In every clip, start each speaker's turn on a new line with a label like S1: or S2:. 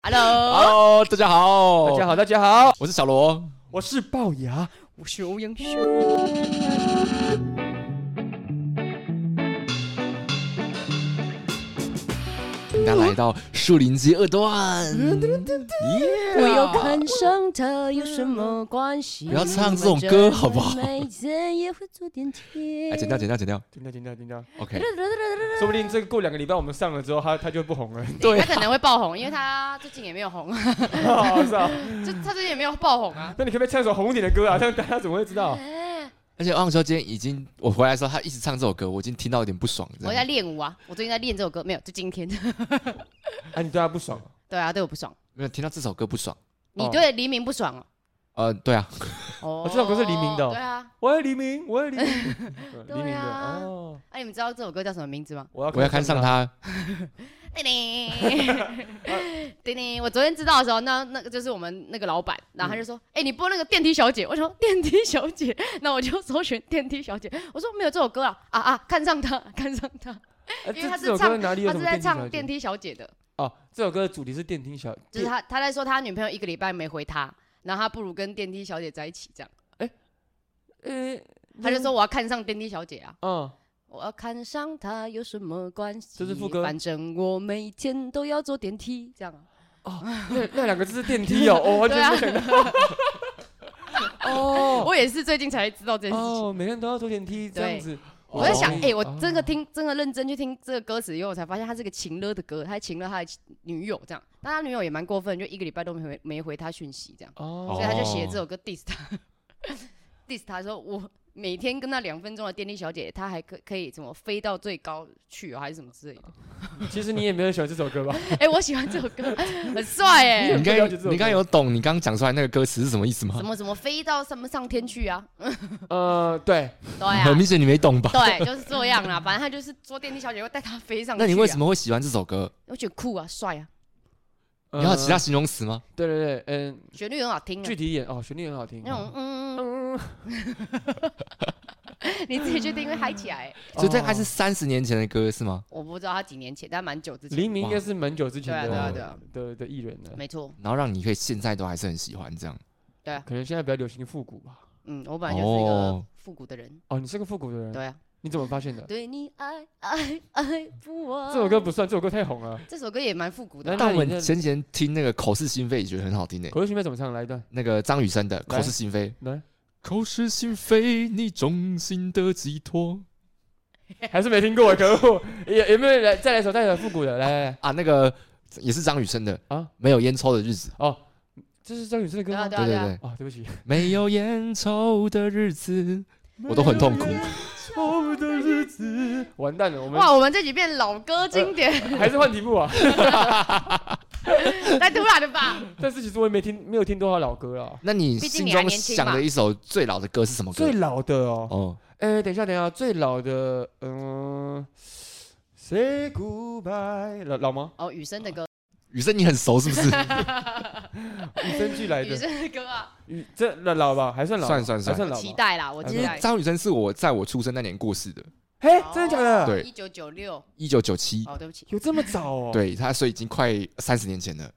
S1: 哦
S2: Hello，
S3: Hello，大家好，
S4: 大家，好，大家好，
S3: 我是小罗。
S4: 哦我是龅牙。
S2: 我是欧阳修。
S3: 大家来到树林街二段，
S2: 我有
S1: 啊
S2: 看上他有什么关系？
S3: 不要唱这种歌好不好
S2: 每天也会做点甜。
S3: 哎，剪掉，剪掉，剪掉
S4: 停掉，停掉，停掉，
S3: ，OK，
S4: 说不定这个过两个礼拜我们上了之后，他他就不 红了。
S3: 对
S1: 他可能会爆红，因为他最近也没有 红，
S4: 哦是啊，
S1: 就他最近也没有爆红啊。
S4: 那你可不可以唱一首红一点的歌啊？这样大家怎么会知道？啊
S3: 而且汪小今天已经，我回来的时候，他一直唱这首歌，我已经听到有点不爽。
S4: 嗯
S3: 这
S1: 我在
S3: 样
S1: 练舞啊，我最近在练这首歌，没有，就今天。
S4: 啊，你对他不爽？
S1: 对啊，对我不爽，
S3: 没有听到这首歌不爽。
S1: 你对黎明不爽哦。
S3: 呃，对啊，
S1: 哦
S4: 这首歌是黎明的哦
S1: 对啊，
S4: 我爱黎明，我爱黎明，呃 黎
S1: 对
S4: 明
S1: 啊
S4: 的哦。
S1: 哎，你们知道这首歌叫什么名 字吗？
S4: 我要
S3: 我要看上，他。
S1: 叮铃，叮铃。我昨天知道的时候，那那个就是我们那个老板，然后他就说：“哎、你播那个电梯小姐。”我说：“电梯小姐。”那我就搜寻电梯小姐。我说：“没有这首歌啊啊啊！看上她，看上她。
S4: 哎
S1: 因为
S4: 这
S1: 他
S4: 这
S1: 是
S4: 首歌
S1: 唱
S4: 哪里
S1: 他
S4: 有
S1: 是
S4: 什么
S1: 在唱电
S4: 电梯小姐？
S1: 梯小姐的。
S4: 哦，这首歌的主题是电梯小，
S1: 就是
S4: 电
S1: 他他在说他女朋友一个礼拜没回他，然后他不如跟电梯小姐在一起这样。
S4: 呃，
S1: 他就说我要看上电梯小姐啊，
S4: 嗯，
S1: 我要看上她有什么关系？
S4: 这是副歌
S1: 反正我每天都要坐电梯这样啊。
S4: 那那两个字是电梯 哦，我完
S1: 对
S4: 全
S1: 啊
S4: 没想到。哦
S1: 我也是最近才知道这件事情。
S4: 哦，每个人都要坐电梯这样子。
S1: 我在想，
S4: 哦
S1: 哎、我
S4: 哦
S1: 真的听，真的认真去听这个歌词以后，我才发现他是个情勒的歌，他还情勒他的女友这样，但他女友也蛮过分，就一个礼拜都没回没回他讯息这样。
S4: 哦
S1: 所以他就写这首歌 diss 他，diss 他说我每天跟他两分钟的电梯小姐，她还可可以怎么飞到最高去、啊，还是什么之类的。
S4: 其实你也没有喜欢这首歌吧？
S1: 哎、我喜欢这首歌，很帅哎、
S3: 你刚
S4: 不了解这首歌
S3: 你刚有懂你刚刚讲出来那个歌词是什么意思吗
S1: 什？么什么飞到什么上天去啊？
S4: 呃，对，
S1: 对啊
S3: 很，明显你没懂吧？
S1: 对，就是这样啦。反正他就是说电梯小姐会带他飞上去、
S3: 那
S1: 啊。
S3: 你为什？么会喜欢这首歌？
S1: 我觉得酷啊，帅啊，
S3: 你还有其他
S4: 呃
S3: 形容词吗？
S4: 对对对，嗯，
S1: 旋律很好听啊
S4: 具，体一点哦，旋律很好听。哦
S1: 那种
S3: 啊
S1: 嗯， 你自己去听会嗨起来欸、
S3: 所以这还是三十年前的歌是吗？
S1: 我不知道他几年前，但蛮久之前。
S4: 黎明应该是蛮久之前的
S1: 对
S3: 啊
S1: 对啊
S4: 的的艺人了，
S1: 没错，
S3: 然后让你可以现在都还是很喜欢这样。
S4: 可能现在比较流行复古吧。
S1: 嗯，我本来就是一个
S3: 哦
S1: 复古的人，
S4: 哦，你是个复古的人，
S1: 对啊。
S4: 你怎么发现的？
S1: 对你爱爱爱不完。
S4: 这首歌不算，这首歌太红了。
S1: 这首歌也蛮复古
S4: 那
S1: 的吧，
S3: 但我
S4: 你
S3: 们
S4: 这
S3: 前几天听那个《口是心非》也觉得很好听诶、
S4: 口是心非怎么唱？来 一段，
S3: 那个张雨生的《
S4: 来
S3: 口是心非》，
S4: 来，
S3: 口是心非，你忠心的寄托
S4: 还是没听过，可恶！有有没有来再来一首，再来一首复古的？来来来，
S3: 啊，那个也是张雨生的啊
S4: 啊，
S3: 没有烟抽的日子，
S4: 哦，这是张雨生的歌
S1: 对啊
S4: 吗？
S1: 对
S3: 对
S1: 啊
S3: 对
S1: 啊，
S3: 对，
S4: 哦，对不 起，
S3: 没有烟抽的日子， 我都很痛苦。
S4: 错的日子，完蛋了，我们
S1: 哇，我们这几遍老歌经 典，
S4: 还是换题目啊。
S1: 太突然了吧？
S4: 但是其实我也没听，没有听多少老歌啊。
S3: 那你
S1: 毕竟
S3: 心
S1: 你还
S3: 中
S1: 年轻嘛
S3: 想的一首最老的歌是什么歌
S4: 最？老的哦，
S3: 哦，
S4: 哎，等一下，等一下，最老的，嗯，Say goodbye，老老吗？
S1: 哦，雨生的歌，
S3: 雨生你很熟 是不是？
S4: 与生俱来
S1: 雨
S4: 的，
S1: 生的歌啊，
S4: 与这老老吧，还算老吧，
S3: 算算算
S4: 还算老
S1: 期
S4: 吧。
S1: 待啦，我
S3: 因
S1: 期
S3: 为
S1: 待。
S3: 张雨生是我在我出生那年过世的，
S4: 嘿，
S1: 哦
S4: 真的假的？
S3: 对
S1: 一九九六，
S3: 一九九七，
S1: 哦，对不起，
S4: 有这么早哦？，哎
S3: 对他，所以已经快三十年前了，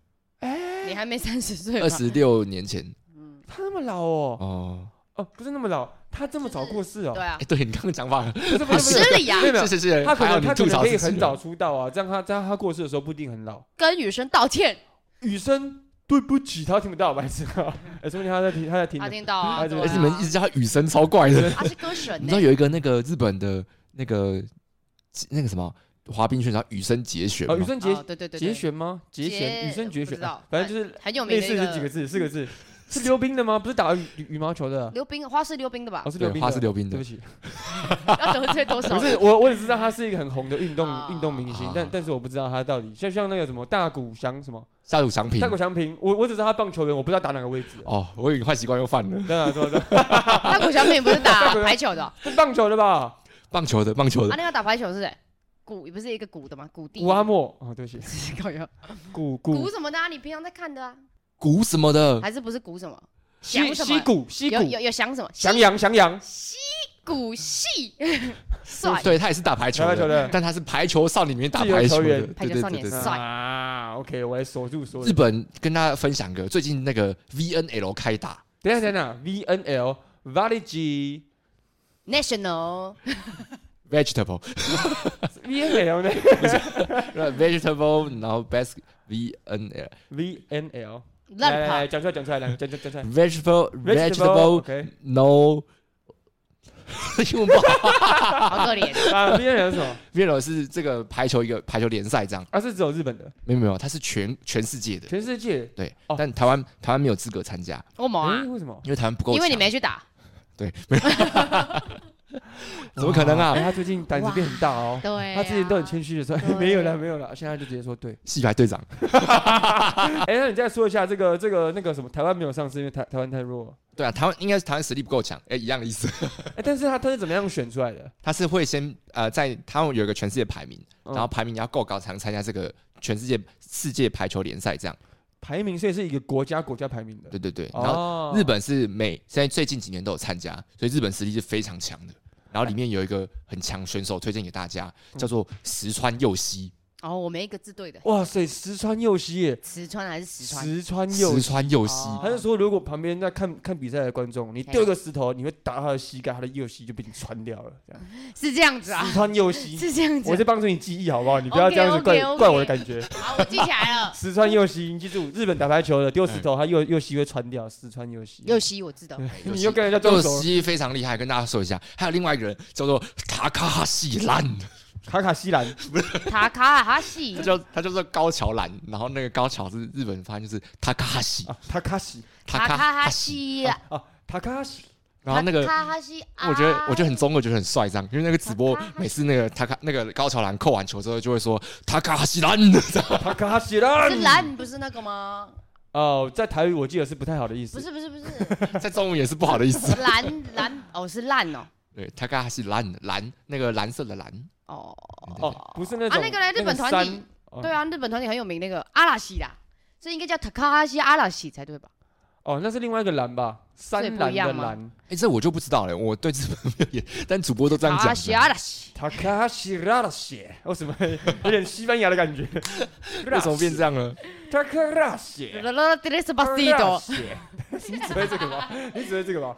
S1: 你还没三十岁吧
S3: 二？十六年前
S1: 嗯，
S4: 他那么老哦？
S3: 哦。
S4: 哦，不是那么老，他这么早过世哦
S1: 对？啊
S3: 哎，，对你刚刚讲反了，
S4: 不是不
S1: 很
S4: 哎是
S1: 失
S4: 不是，
S1: 礼啊
S4: 没，有没有
S3: 谢，谢谢谢，
S4: 他可
S3: 还好
S4: 能
S3: 你
S4: 他可
S3: 吐
S4: 能
S3: 槽
S4: 可
S3: 自
S4: 以
S3: 己
S4: 很
S3: 了
S4: 早出道啊，这样他这样他过世的时候不一定很老。
S1: 跟雨生道歉，
S4: 雨生，对不起，他听不到，白痴啊！哎，说不定他在听，他在听
S1: 他。听到啊，
S4: 哎
S1: 对
S3: 而且
S1: 啊
S3: 你们一直叫他雨神，超怪的。
S1: 他是歌神欸
S3: 你
S1: 呢
S3: 知道，有一个那个日本的那个那个什么滑冰选手叫羽生结弦吗
S4: 哦，雨生节
S1: 哦，对对对，
S4: 节
S1: 对，
S4: 选吗？节选，
S1: 节
S4: 雨生节
S1: 不知
S4: 选，
S1: 道
S4: 反正就是
S1: 很有名
S4: 类
S1: 的
S4: 似
S1: 一
S4: 这几个
S1: 个嗯
S4: 字，四个字。是溜冰的吗？不是打羽羽羽毛球的，啊
S1: 溜冰，花式溜冰的吧
S4: 哦，？是溜
S3: 对，
S4: 冰
S3: 花式
S4: 的。
S3: 溜冰
S4: 对
S3: 的
S4: 不，起，
S1: 要得罪多少
S4: 不是
S1: 人？
S4: 我，我只知道他是一个很红的运动
S1: 啊
S4: 运动明星
S3: 啊，
S4: 但但是我不知道他到底像像那个什么大谷翔什么
S3: 下属奖品
S4: 大。谷翔平，我我只知道他棒球员，我不知道打哪个位置。
S3: 哦，我以为你坏习惯又犯了。
S4: 对啊，对啊对啊，
S1: 那古小品不是 打排球的哦，
S4: 是棒球 的吧？
S3: 棒球的，棒球
S1: 啊，
S3: 的，
S1: 那个打排球是谁？鼓不是一个鼓的吗？鼓地
S4: 古 阿莫哦，对不起，
S1: 搞笑
S4: 古
S1: 鼓
S4: 古
S1: 什么的啊？你平常在看的啊？
S3: 鼓什么的，
S1: 还是不是鼓什么？
S4: 西
S1: 想什么
S4: 西谷西
S1: 有
S4: 谷
S1: 有有想什么？
S4: 翔阳翔阳
S1: 西古戏帅，
S3: 对他也是打排球
S4: 打排球的
S3: 的，但他是排球少年里面打排
S4: 自由
S3: 球
S4: 球
S3: 的
S4: 员，
S1: 排球
S3: 对对
S1: 少
S3: 对
S1: 年
S3: 对对
S1: 帅
S4: 啊，OK，我来锁住所有
S3: 日
S4: 的。
S3: 本跟大家分享个最近那个 VNL 开打，
S4: 等一下等一下，VNL Valley G
S1: National
S3: vegetable
S4: VNL 呢
S3: vegetable，然后 bas V N L
S4: ？VNL 来来来，
S1: 烂
S4: 讲出来讲出来，来讲讲讲出 来。
S3: vegetable vegetable
S4: OK
S3: no，英文不好。
S1: 跑，好可 怜。
S4: 啊，VNL 是什么？
S3: VNL 是这个排球一个排球联赛这样，
S4: 啊，是只有日本的，
S3: 没有没有，它是全全世界的，
S4: 全世界。
S3: 对
S4: 哦，
S3: 但台湾台湾没有资格参加，
S1: 我毛啊
S4: 哎，，为什么？
S3: 因为台湾不够强，
S1: 因为你没去打，
S3: 对，没有，怎么可能
S1: 哦
S4: 哎
S3: 啊？
S4: 他最近胆子变很大哦。
S1: 对啊，
S4: 他之前都很谦虚的说哎
S1: 对啊
S4: 没有啦，没有啦，现在就直接说对。
S3: 戏排队长，
S4: 哎，那你再说一下这个这个那个什么，台湾没有上市，因为台台湾太弱了。
S3: 对啊，台湾应该是台湾实力不够强，哎，一样的意思。
S4: 哎，但是他他是怎么样选出来的？
S3: 他是会先呃，在他们有一个全世界排名，
S4: 嗯
S3: 然后排名要够高才能参加这个全世界世界排球联赛这样。
S4: 排名，所以是一个国家国家排名的。
S3: 对对对，然后
S4: 哦，
S3: 日本是每现在最近几年都有参加，所以日本实力是非常强的。然后里面有一个很强选手推荐给大家，叫做石川佑希。
S1: 哦，我们一个字队的，
S4: 哇塞，石川佑希耶，
S1: 石川还是石川？
S4: 石川嗯佑
S3: 石
S4: 希，
S3: 川佑希，
S1: 哦
S4: 他是说如果旁边在看看比赛的观众，你丢一个石头，你会打他的膝盖，他的右膝就被你穿掉了。这样，
S1: 是这样子 啊
S4: 石，川佑希，
S1: 是这样子
S4: 我在
S1: 啊。
S4: 帮助你记忆好不好？你不要这样子怪
S1: OK，OK，OK
S4: 怪我的感觉。
S1: 好，我记起来 了。
S4: 石川佑希，你记住，日本打排球的丢石头，他右
S1: 嗯
S4: 右膝会穿掉。石川 佑希，
S1: 右膝我哦知道，
S4: 你又跟人家装
S3: 哎佑
S4: 熟了，
S3: 希非常厉害，跟大家说一下。还有另外一个人叫做卡卡哈西兰，
S4: 卡卡西兰，
S1: 塔卡哈西
S3: 他，叫他叫做高桥兰，然后那个高桥是日本发音，就是塔卡哈西，
S4: 啊，塔卡西，
S1: 塔卡哈
S3: 哈。
S1: 西啊，
S4: 啊，塔卡西，
S3: 然后那个
S1: 塔卡哈西啊，
S3: 我觉得我觉得很中二，觉得很帅，这样，因为那个直播每次那个他卡那个高桥兰扣完球之后，就会说他卡西兰， 这样
S4: 塔卡西兰
S1: 是。蓝不是那个吗？
S4: 哦，在台语我记得是不太好的意
S1: 不
S4: 思。
S1: 是不是不是
S3: 在中文也是不好的意思。
S1: 蓝蓝哦是烂哦
S3: 对，他卡西兰蓝那个蓝色的蓝，
S1: 哦
S4: 哦，不是那
S1: 啊
S4: 种
S1: 那个嘞日本团
S4: 山
S1: 体
S4: 哦
S1: 对啊日本团体很有名那个阿拉西啦，所以应该叫塔卡哈西阿拉西才对吧？
S4: 哦，那是另外一个蓝吧？
S1: 所以
S4: 山
S1: 不
S4: 蓝
S1: 一
S4: 的
S1: 样吗
S4: 蓝，
S3: 哎，这我就不知道了，我对日本没有研， 但主播都这样
S1: 塔卡哈西
S3: 讲。
S1: 阿拉西，
S4: 塔卡西拉的血，为哦什么有点西班牙的感觉？
S3: 为什么变这样呢？
S4: 塔卡拉血？
S1: 啦啦啦，迪丽斯巴西
S4: 拉
S1: 多，
S4: 血 你只会这个吗？你只会这个吗？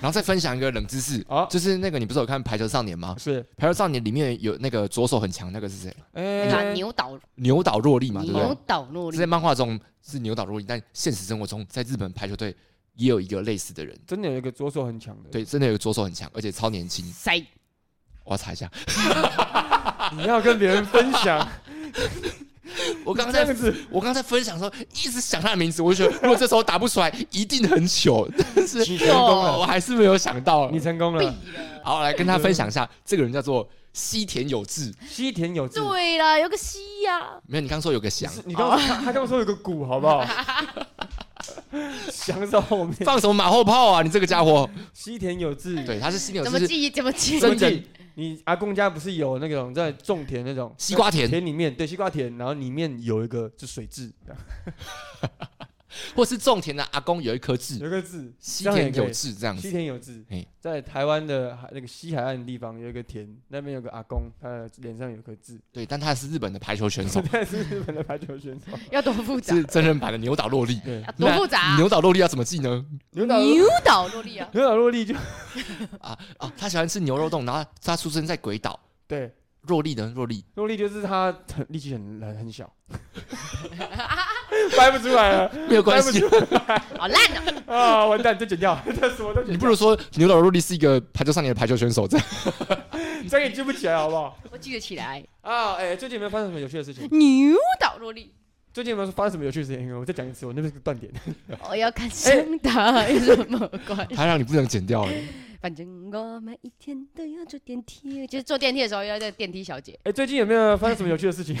S3: 然后再分享一个冷知识
S4: 好，
S3: 就是那个你不是有看《排球少年》吗？
S4: 是，
S3: 《排球少年》里面有那个左手很强那个是谁？
S1: 那个啊
S4: 哎，
S1: 牛岛
S3: 牛岛若利嘛，对不
S1: 牛
S3: 对？
S1: 岛诺
S3: 这
S1: 利
S3: 在，漫画中是牛岛若利，但现实生活中，在日本排球队也有一个类似的人。
S4: 真的有一个左手很强的。，
S3: 对，真的有个左手很强，而且超年轻。
S1: 塞
S3: 我要查一下，
S4: 你要跟别人分 享，
S3: 我刚
S4: 这
S3: 才
S4: 样子
S3: 我刚才分享的时候一直想他的名字，我就觉得如果这时候打不出来，一定很糗。但是哦
S4: 你成功了，
S3: 我还是没有想到
S4: 你。成功了。
S1: 毙了。
S3: 好，来跟他分享一下，这个人叫做西田有志。
S4: 西田有志，
S1: 对哦啦，有个西呀，
S3: 没有，你刚说有个翔，
S4: 是你刚他他刚说有个鼓，好 不好？想到后面，
S3: 放什么马后炮啊？你这个家伙，
S4: 西田有志，
S3: 对，他是西田
S1: 怎
S3: 有
S1: 么
S3: 志，是
S1: 记怎么记？
S3: 真
S4: 的
S3: 人
S4: 你阿公家不是有那种在种田那种
S3: 西瓜田，
S4: 田里面，对西瓜田，然后里面有一个就水蛭，这
S3: 嗯
S4: 样
S3: 或是种田的阿公有一颗痣，
S4: 有一个字，
S3: 西
S4: 这样也
S3: 田
S4: 可以
S3: 有志这样
S4: 西
S3: 子。
S4: 田有志
S3: 嘿，
S4: 在台湾的海那个西海岸的地方有一个田，那边有个阿公，他的脸上有颗 痣，，
S3: 对，但他是日本的排球选手
S4: 他是日本的排球选手。
S1: 要多复杂？
S3: 是真人版的牛岛洛丽。
S4: 对，
S1: 要多复杂啊？
S3: 牛岛洛丽要怎么记呢？
S4: 牛岛
S1: 牛岛诺利啊，
S4: 牛岛洛丽就
S3: 啊啊，他喜欢吃牛肉冻，然后他出生在鬼岛。
S4: 对，
S3: 若丽呢？若丽
S4: 洛丽就是他很力气很很很小， 掰不出来了
S3: 没有关系
S4: 掰，
S1: 好烂哦！
S4: 啊，完蛋，这剪掉， 这什么都
S3: 你
S4: 剪
S3: 不
S4: 掉，
S3: 如说牛岛若利是一个排球少年的排球选手，这样
S4: 这样也记不起来，好不好？
S1: 我记得起来，
S4: 啊，哎，最近有没有发生什么有趣的事情？
S1: 牛岛诺利。
S4: 最近有没有发生什么有趣的事情？我再讲一次，我那边是断点。
S1: 我要看向他有什么关系？
S3: 他让你不能剪掉了。
S1: 反正我每一天都要坐电梯，就是坐电梯的时候要叫电梯小姐。
S4: 哎，最近有没有发生什么有趣的事 情？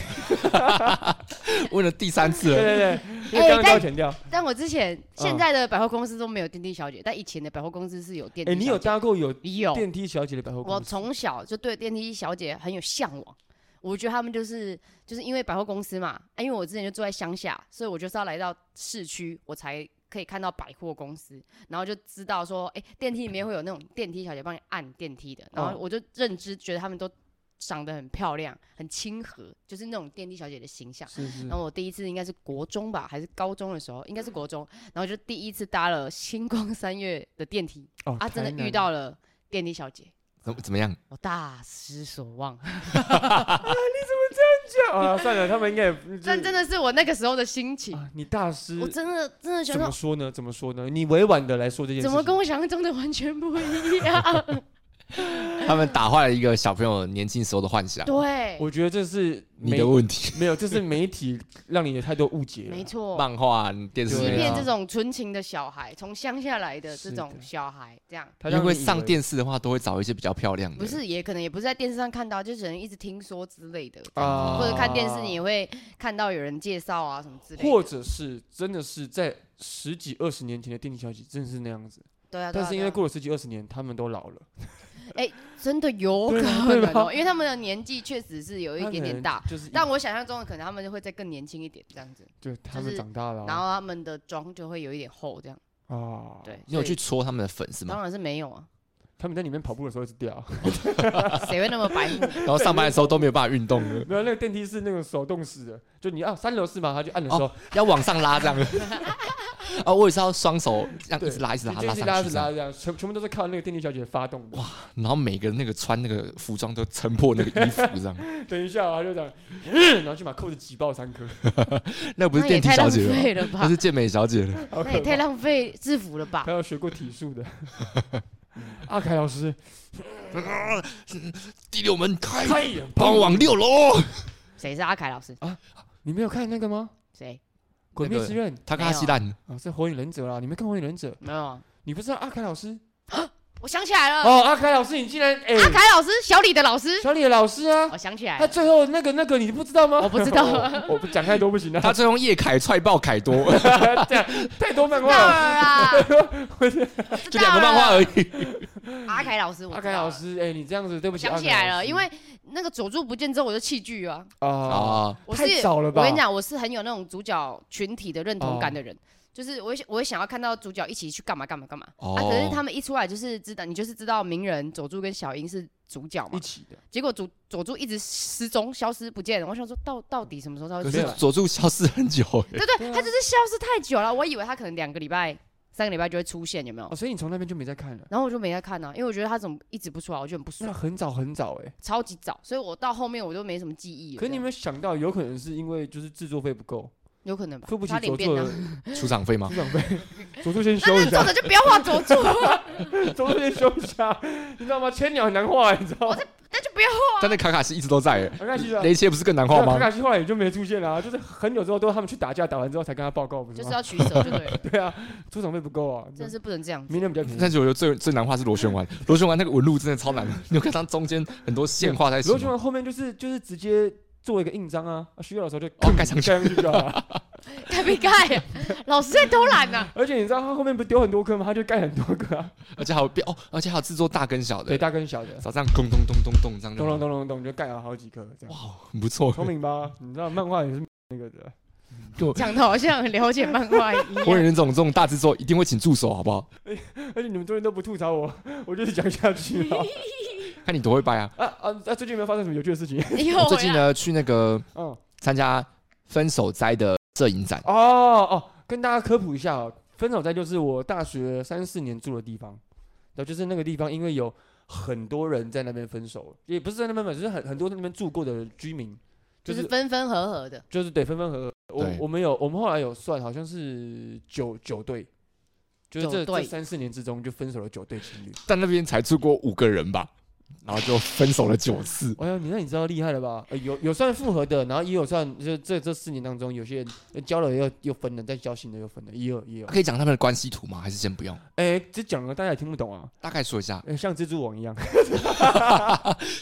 S3: 问了第三次
S4: 对
S3: 了，
S4: 对对，因为刚刚都要剪掉。
S1: 哎但我之前现在的百货公司都没有电梯小姐，但以前的百货公司是有电梯
S4: 哎，
S1: 小姐。
S4: 你有搭过有
S1: 有
S4: 电梯小姐的百货公司？
S1: 哦我从小就对电梯小姐很有向往。我觉得他们就是就是因为百货公司嘛，啊因为我之前就住在乡下，所以我就是要来到市区，我才可以看到百货公司，然后就知道说，哎、电梯里面会有那种电梯小姐帮你按电梯的，然后
S4: 嗯
S1: 我就认知觉得她们都长得很漂亮，很亲和，就是那种电梯小姐的形象。
S4: 是是
S1: 然，后我第一次应该是国中吧，还是高中的时候，应该是国中，然后就第一次搭了星光三月的电梯，
S4: 哦
S1: 啊，真的遇，到了电梯小姐，
S3: 怎么怎么样？
S1: 我大失所 望，
S4: 台南啊，算了，他们应 该也就是
S1: 真真的是我那个时候的心情，
S4: 啊，你大师
S1: 我真的真的觉
S4: 怎
S1: 得
S4: 么说呢？怎么说呢？你委婉的来说这件事
S1: 怎
S4: 情，
S1: 么跟我想象中的完全不一样？
S3: 他们打坏了一个小朋友年轻时候的幻想，
S1: 对，
S4: 我觉得这是
S3: 你
S4: 媒
S3: 的问题。
S4: 没有，这是媒体让你有太多误解了。
S1: 没错。
S3: 漫画、电视
S1: 欺
S4: 对啊
S3: 里
S1: 骗这
S3: 面，
S1: 种纯情的小孩，从乡下来的这
S4: 是
S1: 种
S4: 的
S1: 小孩，这样
S4: 他让
S3: 因为
S4: 你以
S3: 上电视的话，都会找一些比较漂亮的。
S1: 不是也可能也不是在电视上看到，就只能一直听说之类的，
S4: 啊，
S1: 或者看电视你也会看到有人介绍啊什么之类的。
S4: 或者是真的是在十几二十年前的电梯小姐真的是那样子，
S1: 对啊，对啊
S4: 但是因
S1: 对
S4: 为
S1: 啊
S4: 过了十几二十年，他们都老了，
S1: 真的有可
S4: 对啊对
S1: 能
S4: 吧
S1: 哦，因为他们的年纪确实是有一点点大
S4: 他，可能就是
S1: 但我想象中的可能他们就会再更年轻一点这样子，
S4: 对他
S1: 就
S4: 们
S1: 是
S4: 长大了
S1: 然
S4: 啊
S1: 后他们的妆就会有一点厚这样。
S4: 啊，
S1: 对，
S3: 你有
S1: 所
S3: 去
S1: 以
S3: 戳他们的粉是吗
S1: 当？然是没有啊，
S4: 他们在里面跑步的时候一直掉，
S1: 谁会那么白目？
S3: 然后上班的时候都没有办法运动 了，
S4: 没有那个电梯是那种手动式的，就你啊三楼是吗？他就按的时候，
S3: 要往上拉这样。啊，我也是要双手这样
S4: 对
S3: 一直拉，一直
S4: 就
S3: 拉，
S4: 就
S3: 拉
S4: 一直拉
S3: 上
S4: 一
S3: 去
S4: 直
S3: 这样
S4: 拉。这样，全全部都是靠那个电梯小姐发动的。哇，
S3: 然后每个人那个穿那个服装都撑破那个衣服这样，
S4: 等一下啊，他就这样，然后就把扣子挤爆三颗，
S3: 那不是
S1: 那也
S3: 电梯
S1: 太
S3: 小
S1: 浪
S3: 姐了吧，
S1: 费了吧
S3: 那？ 是健美小姐了。
S4: 好
S1: 那也
S4: 可
S1: 太
S4: 怕。
S1: 浪费制服了吧
S4: 还？有学过体术的嗯阿凯老师，
S3: 啊嗯第六门开，
S4: 太阳
S3: 帮我往六楼。
S1: 谁是阿凯老师？
S4: 你没有看那个吗？
S1: 谁？
S4: 《鬼灭
S3: 那个
S4: 之刃》
S3: 他跟他稀烂，
S4: 啊，是《火影忍者》啦，你没看《火影忍者》？
S1: 没有啊，
S4: 你不知道阿凯老师？
S1: 我想起来了，
S4: 哦，阿凯老师，你竟然哎，
S1: 呃阿凯老师，小李的老师，
S4: 小李的老师啊，
S1: 我想起来
S4: 他
S1: 了，
S4: 最后那个那个你不知道吗？
S1: 哎我不知道
S4: 我不讲太多不行啊，
S3: 他最后用叶凯踹爆凯多，
S4: 这样太多漫
S1: 知道
S4: 画了。
S1: 了啦，
S3: 就两个漫画而已。
S1: 阿凯老师，我
S4: 阿
S1: 知道
S4: 凯
S1: 了
S4: 老，师，哎，你这样子对不
S1: 我
S4: 起，啊
S1: 想起来
S4: 阿凯老
S1: 了，
S4: 师
S1: 因为那个佐助不见之后我就弃剧啊，
S4: 啊，
S3: 啊，
S1: 我是
S4: 太早了吧？
S1: 我跟你，讲，我是很有那种主角群体的认同感的人，就是我会我会想要看到主角一起去干嘛干嘛干嘛。
S3: 哦
S1: 啊，可是他们一出来就是知道，你就是知道鸣人、佐助跟小樱是主角嘛
S4: 一。起的，
S1: 结果佐佐助一直失踪、消失不见了，我想说到到底什么时候他
S3: 可
S1: 会出
S3: 是
S1: 来？
S3: 佐助消失很久 欸，
S1: 对对，
S4: 对啊
S1: 他就是消失太久了，我以为他可能两个礼拜、三个礼拜就会出现，有没有
S4: 哦，？所以你从那边就没再看了。
S1: 然后我就没再看呢、啊因为我觉得他怎么一直不出来，我就很不
S4: 那
S1: 爽，
S4: 很早很早哎，
S1: 超级早，所以我到后面我就没什么记忆了。
S4: 可
S1: 这
S4: 你有
S1: 样
S4: 没有想到，有可能是因为就是制作费不够，
S1: 有可能吧？
S4: 付不起
S1: 他领
S4: 佐
S1: 便
S4: 助的
S1: 当，
S3: 出场费吗
S4: 出？场 费，佐助先
S1: 那
S4: 休
S1: 啊那
S4: 一
S1: 个作
S4: 下，
S1: 者就不要画佐 助，
S4: 佐 助先休一下，你知道吗？千鸟很难画，你知道吗？
S1: 那就不要
S3: 但那卡卡西一直都在欸，
S4: 没关系啊
S3: 雷切不是更难
S4: 对
S3: 画
S4: 啊卡
S3: 吗？
S4: 卡西后来也就没出现了、啊，就是很久之后都是他们去打架，打完之后才跟他报告，不
S1: 就是是
S4: 吗？
S1: 要取舍，就对 了，
S4: 对啊，出场费不够啊，
S1: 真的是不能这样子。
S4: 明年比较便宜。
S3: 但是我觉得最最难画是螺旋 丸，螺旋丸那个纹路真的超难的，你有看它中间很多线画在一起
S4: 罗俊
S3: 吗？
S4: 文后面就是就是直接做一个印章啊，啊需要的时候就
S3: 哦盖上去
S4: 盖上去就好了。
S1: 盖没盖？老师在偷懒啊呢。
S4: 而且你知道他后面不是丢很多颗吗？他就盖很多个啊，
S3: 而且还有变哦，而且还有制作大跟小
S4: 对，
S3: 的，
S4: 大跟小的，
S3: 早上咚咚咚咚咚这样就
S4: 咚
S3: 好
S4: 咚咚咚咚就盖了好几颗，这样
S3: 哇，很不错。
S4: 聪明吧？你知道漫画也是那个的，
S1: 讲的好像很了解漫画一
S3: 火影
S1: 样。
S3: 忍者这种大制作一定会请助手，好不好？
S4: 而且你们昨天都不吐槽我， 我就是讲下去 啊
S3: 看你多会掰啊！
S4: 啊啊！啊最近有没有发生什么有趣的事情？
S1: 又
S3: 我
S1: 回
S3: 最近
S1: 来，
S3: 呢去那个
S4: 嗯，
S3: 参加分手斋的摄影展，
S4: 哦哦，跟大家科普一下哦，分手寨就是我大学三四年住的地方，对，就是那个地方，因为有很多人在那边分手，也不是在那边分手，就是很很多在那边住过的居民，
S1: 就
S4: 就
S1: 是是分分合合的，
S4: 就是对分分合合。我
S3: 对
S4: 我们有我们后来有算，好像是九九对，就是
S1: 九
S4: 这这
S1: 对
S4: 三四年之中就分手了九对情侣。。
S3: 但那边才住过五个人吧，然后就分手了九次
S4: 哎呀，你那你知道厉害了吧？呃有有算复合的，然后也有算就这这四年当中，有些人呃交了又又分了，再交新的又分了，也有也有。
S3: 可以讲他们的关系图吗？还是先不用？
S4: 哎，这讲了大家也听不懂啊，
S3: 大概说一 下
S4: 呃像蜘蛛网一样。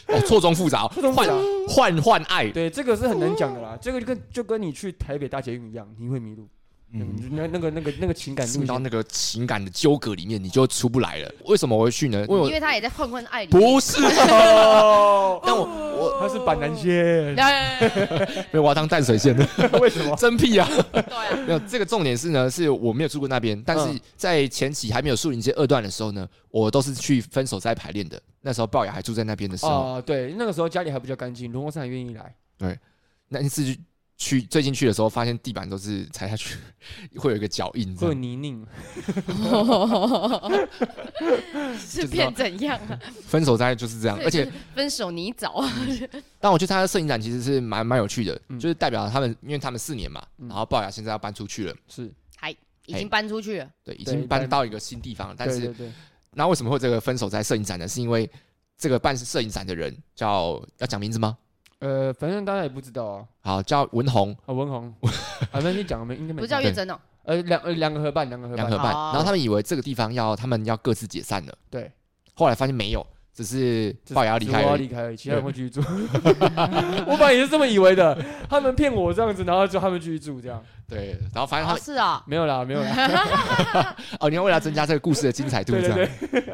S3: 哦，错综复杂哦，
S4: 错综复
S3: 换
S4: 杂
S3: 换换爱，
S4: 对，这个是很难讲的啦。这个就跟就跟你去台北大捷运一样，你会迷路。
S3: 嗯，
S4: 嗯，那那个那个那个情感路
S3: 进到
S4: 线，
S3: 那个情感的纠葛里面，你就出不来了。为什么我会去呢？因为
S1: 因
S3: 我
S1: 为他也在混混爱里面。
S3: 不
S4: 哦
S3: 是，但我我
S4: 他是板南线，
S1: 哎
S3: 没有我要当淡水县的，
S4: 为 什么？
S3: 真屁 啊！
S1: 对啊，
S3: 没有这个重点是呢，是我没有住过那边，但是
S4: 嗯
S3: 在前期还没有树林街二段的时候呢，我都是去分手斋排练的。那时候龅牙还住在那边的时候，
S4: 啊，对，那个时候家里还比较干净，龙光山还愿意来。
S3: 那一次去去最近去的时候，发现地板都是踩下去 会有一个脚印这
S4: 会有
S3: 样，
S4: 泥泞，
S1: 是变怎样啊？
S3: 分手斋就是这样，而且
S1: 分手泥沼，
S3: 但我去参加摄影展其实是蛮蛮有趣的，
S4: 嗯
S3: 就是代表他们，因为他们四年嘛，
S4: 嗯
S3: 然后龅牙现在要搬出去了，
S4: 是
S1: 已经搬出去了。
S3: 对，已
S4: 对
S3: 经搬
S4: 搬
S3: 到一个新地方了。 但
S4: 对对
S3: 是
S4: 对，
S3: 那为什么会有这个分手在摄影展呢？是因为这个办摄影展的人叫要讲名字吗？
S4: 呃，反正大家也不知道啊。
S3: 好，叫文宏
S4: 啊，文宏，啊，那你讲我们应该没
S1: 不是叫
S4: 讲
S1: 月珍哦，
S4: 呃，两呃两个合办，两个合
S3: 两
S4: 办
S3: 合，办，
S1: 哦
S3: 然后他们以为这个地方要他们要各自解龅了，
S4: 对，
S3: 后来发现没有，只是
S4: 只
S3: 龅牙要离
S4: 只
S3: 开
S4: 我要
S3: 而已。
S4: 离开而已，其他人会继续住。 我本来也是这么以为的，他们骗我这样子，然后就他们继续住这样，
S3: 对，然后反正他
S1: 哦
S3: 们
S1: 是啊，
S4: 没有啦，没有啦，
S3: 哦，你要为了增加这个故事的精彩度，
S4: 对
S3: 这
S4: 对
S3: 样
S4: 对，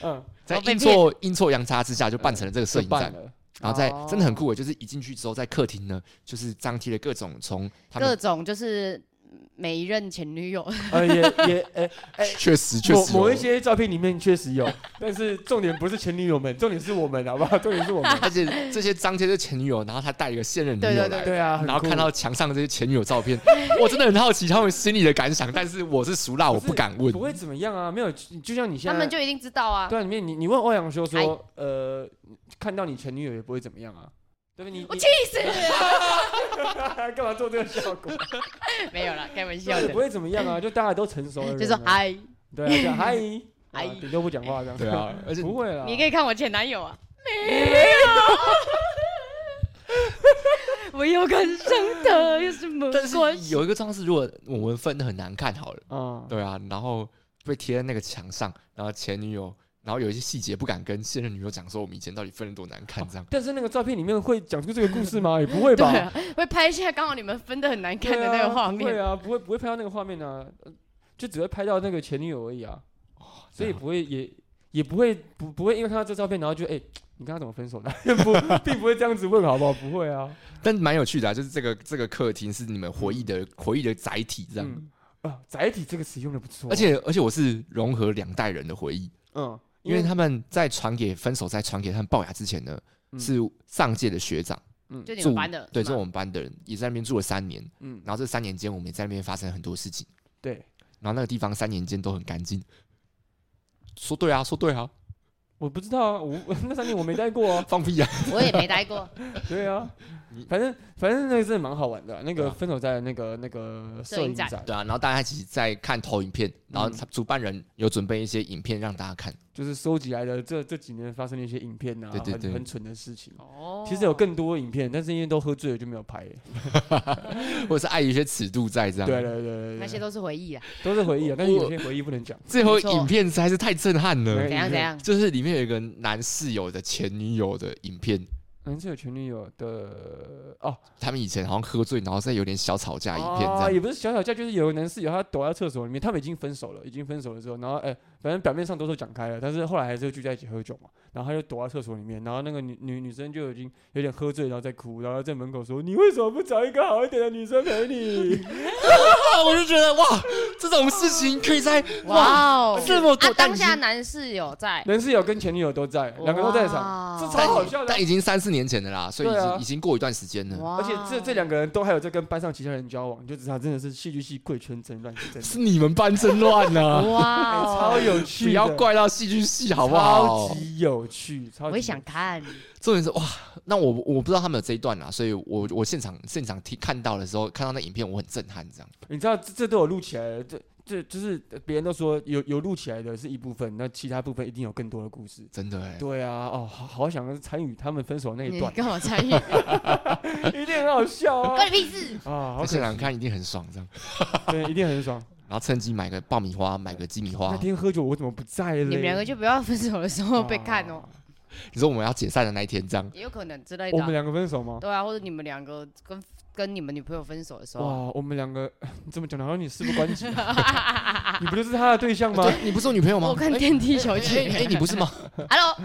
S4: 嗯，
S3: 在
S1: 哦被
S3: 阴错阴错阳差之下就办成了这个摄
S4: 就
S3: 影展
S4: 办。了，
S3: 然后在
S4: 哦
S3: 真的很酷诶，欸就是一进去之后，在客厅呢，就是张贴了各种从他
S1: 各
S3: 们
S1: 种就是每一任前女友，
S4: 呃，也也呃，
S3: 确实 哦确
S4: 某
S3: 实
S4: 某
S3: 有
S4: 一，些照片里面确实有， 但是重点不是前女友们，重点是我们，好不好？ 重点是 我们，
S3: 而且这些张贴的前女友，然后他带一个现任女
S1: 对
S3: 友
S1: 对
S3: 来。
S4: 对啊，很
S3: 然后
S4: 酷
S3: 看到墙上的这些前女友照片，我真的很好奇他们心里的感想，但是我是熟辣，我不敢问
S4: 不。会怎么样啊，没有，就就像你现
S1: 他
S4: 在，
S1: 们就哎一定知道啊。
S4: 对啊，里面你你问欧阳修说，呃，看到你前女友也不会怎么样啊，对不对？你
S1: 我
S4: 你
S1: 气死！
S4: 干嘛做这个 效果？
S1: 没有啦，开玩笑
S4: 对，
S1: 的
S4: 不，会怎么样 啊，就大家都成熟了，
S1: 就说
S4: 嗨，
S1: 嗨，
S4: 对啊，就嗨，
S1: 嗨
S4: 啊顶多不讲话这样，
S3: 对啊，而且
S4: 不会啦，
S1: 你可以看我前男友啊，没有，我又跟生的有什么
S3: 但是
S1: 关系？
S3: 有一个状况是，如果我们分的很难看好了，
S4: 啊，
S3: 对啊，然后被贴在那个墙上，然后前女友，然后有一些细节不敢跟现任女友讲，说我们以前到底分的多难看，这样。
S4: 但是那个照片里面会讲出这个故事吗？也不会
S1: 对
S4: 吧。
S1: 啊，会拍一下刚好你们分的很难看的那个画面
S4: 对，啊，不会不会拍到那个画面啊，呃就只会拍到那个前女友而已啊，所以不会也也不会不不会因为看到这照片然后就哎、你跟他怎么分手的？ 不，并不会这样子问好不好？不会啊，
S3: 但蛮有趣的、啊，就是这个这个客厅是你们回忆的回忆的载体， 这样。
S4: 嗯啊，载体这个词用的不错，
S3: 而且嗯而且我是融合两代人的回忆，
S4: 嗯，
S3: 因为他们在传给分手，在传给他们龅牙之前呢，
S4: 嗯
S3: 是上届的学长
S1: 就你
S3: 住
S1: 们班的，
S3: 对，
S1: 是
S3: 就
S1: 吗
S3: 我们班的人也在那边住了三年，
S4: 嗯
S3: 然后这三年间我们也在那边发生很多事情，
S4: 对，
S3: 然后那个地方三年间都很干净。说对啊，说对啊，
S4: 我不知道啊，我 那三年我没待过 啊，
S3: 放屁啊！
S1: 我也没待过
S4: 对啊
S3: 你，
S4: 反正反正那个真的蛮好玩的啊、那
S3: 对
S4: 个
S3: 啊
S4: 分手在那个那个
S1: 摄
S4: 摄
S1: 影
S4: 影
S1: 展
S4: 展，
S3: 对啊，然后大家一起在看投影片，然后
S4: 嗯
S3: 他主办人有准备一些影片让大家看。
S4: 就是收集来的这这几年发生的一些影片啊，
S3: 对对对
S4: 很很蠢的事情。啊
S1: 哦
S4: 其实有更多影片，但是因为都喝醉了就没有拍。
S3: 或者是碍于一些尺度在这样。
S4: 对对对对，
S1: 那些
S4: 都
S1: 都是回忆啊，
S4: 都是回忆啊，但是有些回忆不能讲。
S3: 最后
S1: 没错
S3: 影片实在是太震撼了
S4: 对
S1: 怎，样怎样，
S3: 就是里面有一个男室友的前女友的影片，
S4: 男是有前女友的哦，
S3: 他们以前好像喝醉，然后再有点小吵架的影片这
S4: 啊，
S3: 样。
S4: 也不是小吵架，就是有个男室友他躲在厕所里面，他们已经分手了，已经分手了之后，然后哎、反正表面上都是讲开了，但是后来还是聚在一起喝酒嘛，然后他就躲在厕所里面，然后那个女女女生就已经有点喝醉，然后在哭，然后在门口说：“你为什么不找一个好一点的女生陪你 ，
S3: 啊我就觉得哇，这种事情可以在
S1: 哇哦，
S3: 这么多
S1: 啊，
S3: 但
S1: 当
S3: 已
S1: 下
S3: 经
S1: 男室友在？”
S4: 男室友跟前女友都在，两个都在场，
S1: 哇哦
S4: 这
S3: 但
S4: 超好笑的啊。
S3: 但已经三四年前的啦，所以已
S4: 对
S3: 经、
S4: 啊
S3: 已经过一段时间了。
S1: 哇
S4: 而且这这两个人都还有在跟班上其他人交往，你就知道真的是戏剧系贵圈真乱是真
S3: 是
S4: 的，
S3: 你们班真乱呐、
S1: 哇
S4: 哎
S1: 哦，
S4: 超有趣
S3: 不
S4: 的，
S3: 要怪到戏剧系好不好
S4: 超？级有趣，超级
S1: 我也想看，
S3: 重点是哇，那我我不知道他们有这一段啦，所以我我现场现场听看到的时候，看到那影片我很震撼，这样。
S4: 你知道这这都有录起来的，这这就是别人都说有有录起来的是一部分，那其他部分一定有更多的故事。
S3: 真的哎、
S4: 对啊，哦，好好想参与他们分手那一
S1: 你
S4: 段，
S1: 干嘛参 与？关嗯
S4: 一定很好笑啊！
S1: 你屁事！
S4: 啊，好
S3: 在现
S4: 可
S3: 场
S4: 惜，
S3: 看一定很爽，这样。
S4: 对，一定很爽。
S3: 然后趁机买个爆米花，买个鸡米
S4: 那
S3: 花。
S4: 天喝酒我怎么不在嘞？
S1: 你们两个就不要分手的时候被看哦，
S4: 啊。
S3: 你说我们要解散的那一天，这样
S1: 也有可能之类的
S4: 我们
S1: 啊。
S4: 两个分手吗？
S1: 对啊，或者你们两个跟跟你们女朋友分手的时候啊？
S4: 哇，我们两个 你怎么讲的？好像你事不关己， 啊你不就是他的对象吗？
S3: 对你不是我女朋友吗？
S1: 我看
S3: 哎
S1: 电梯小
S3: 哎哎，
S1: 姐
S3: 哎你不是吗？
S1: ，Hello，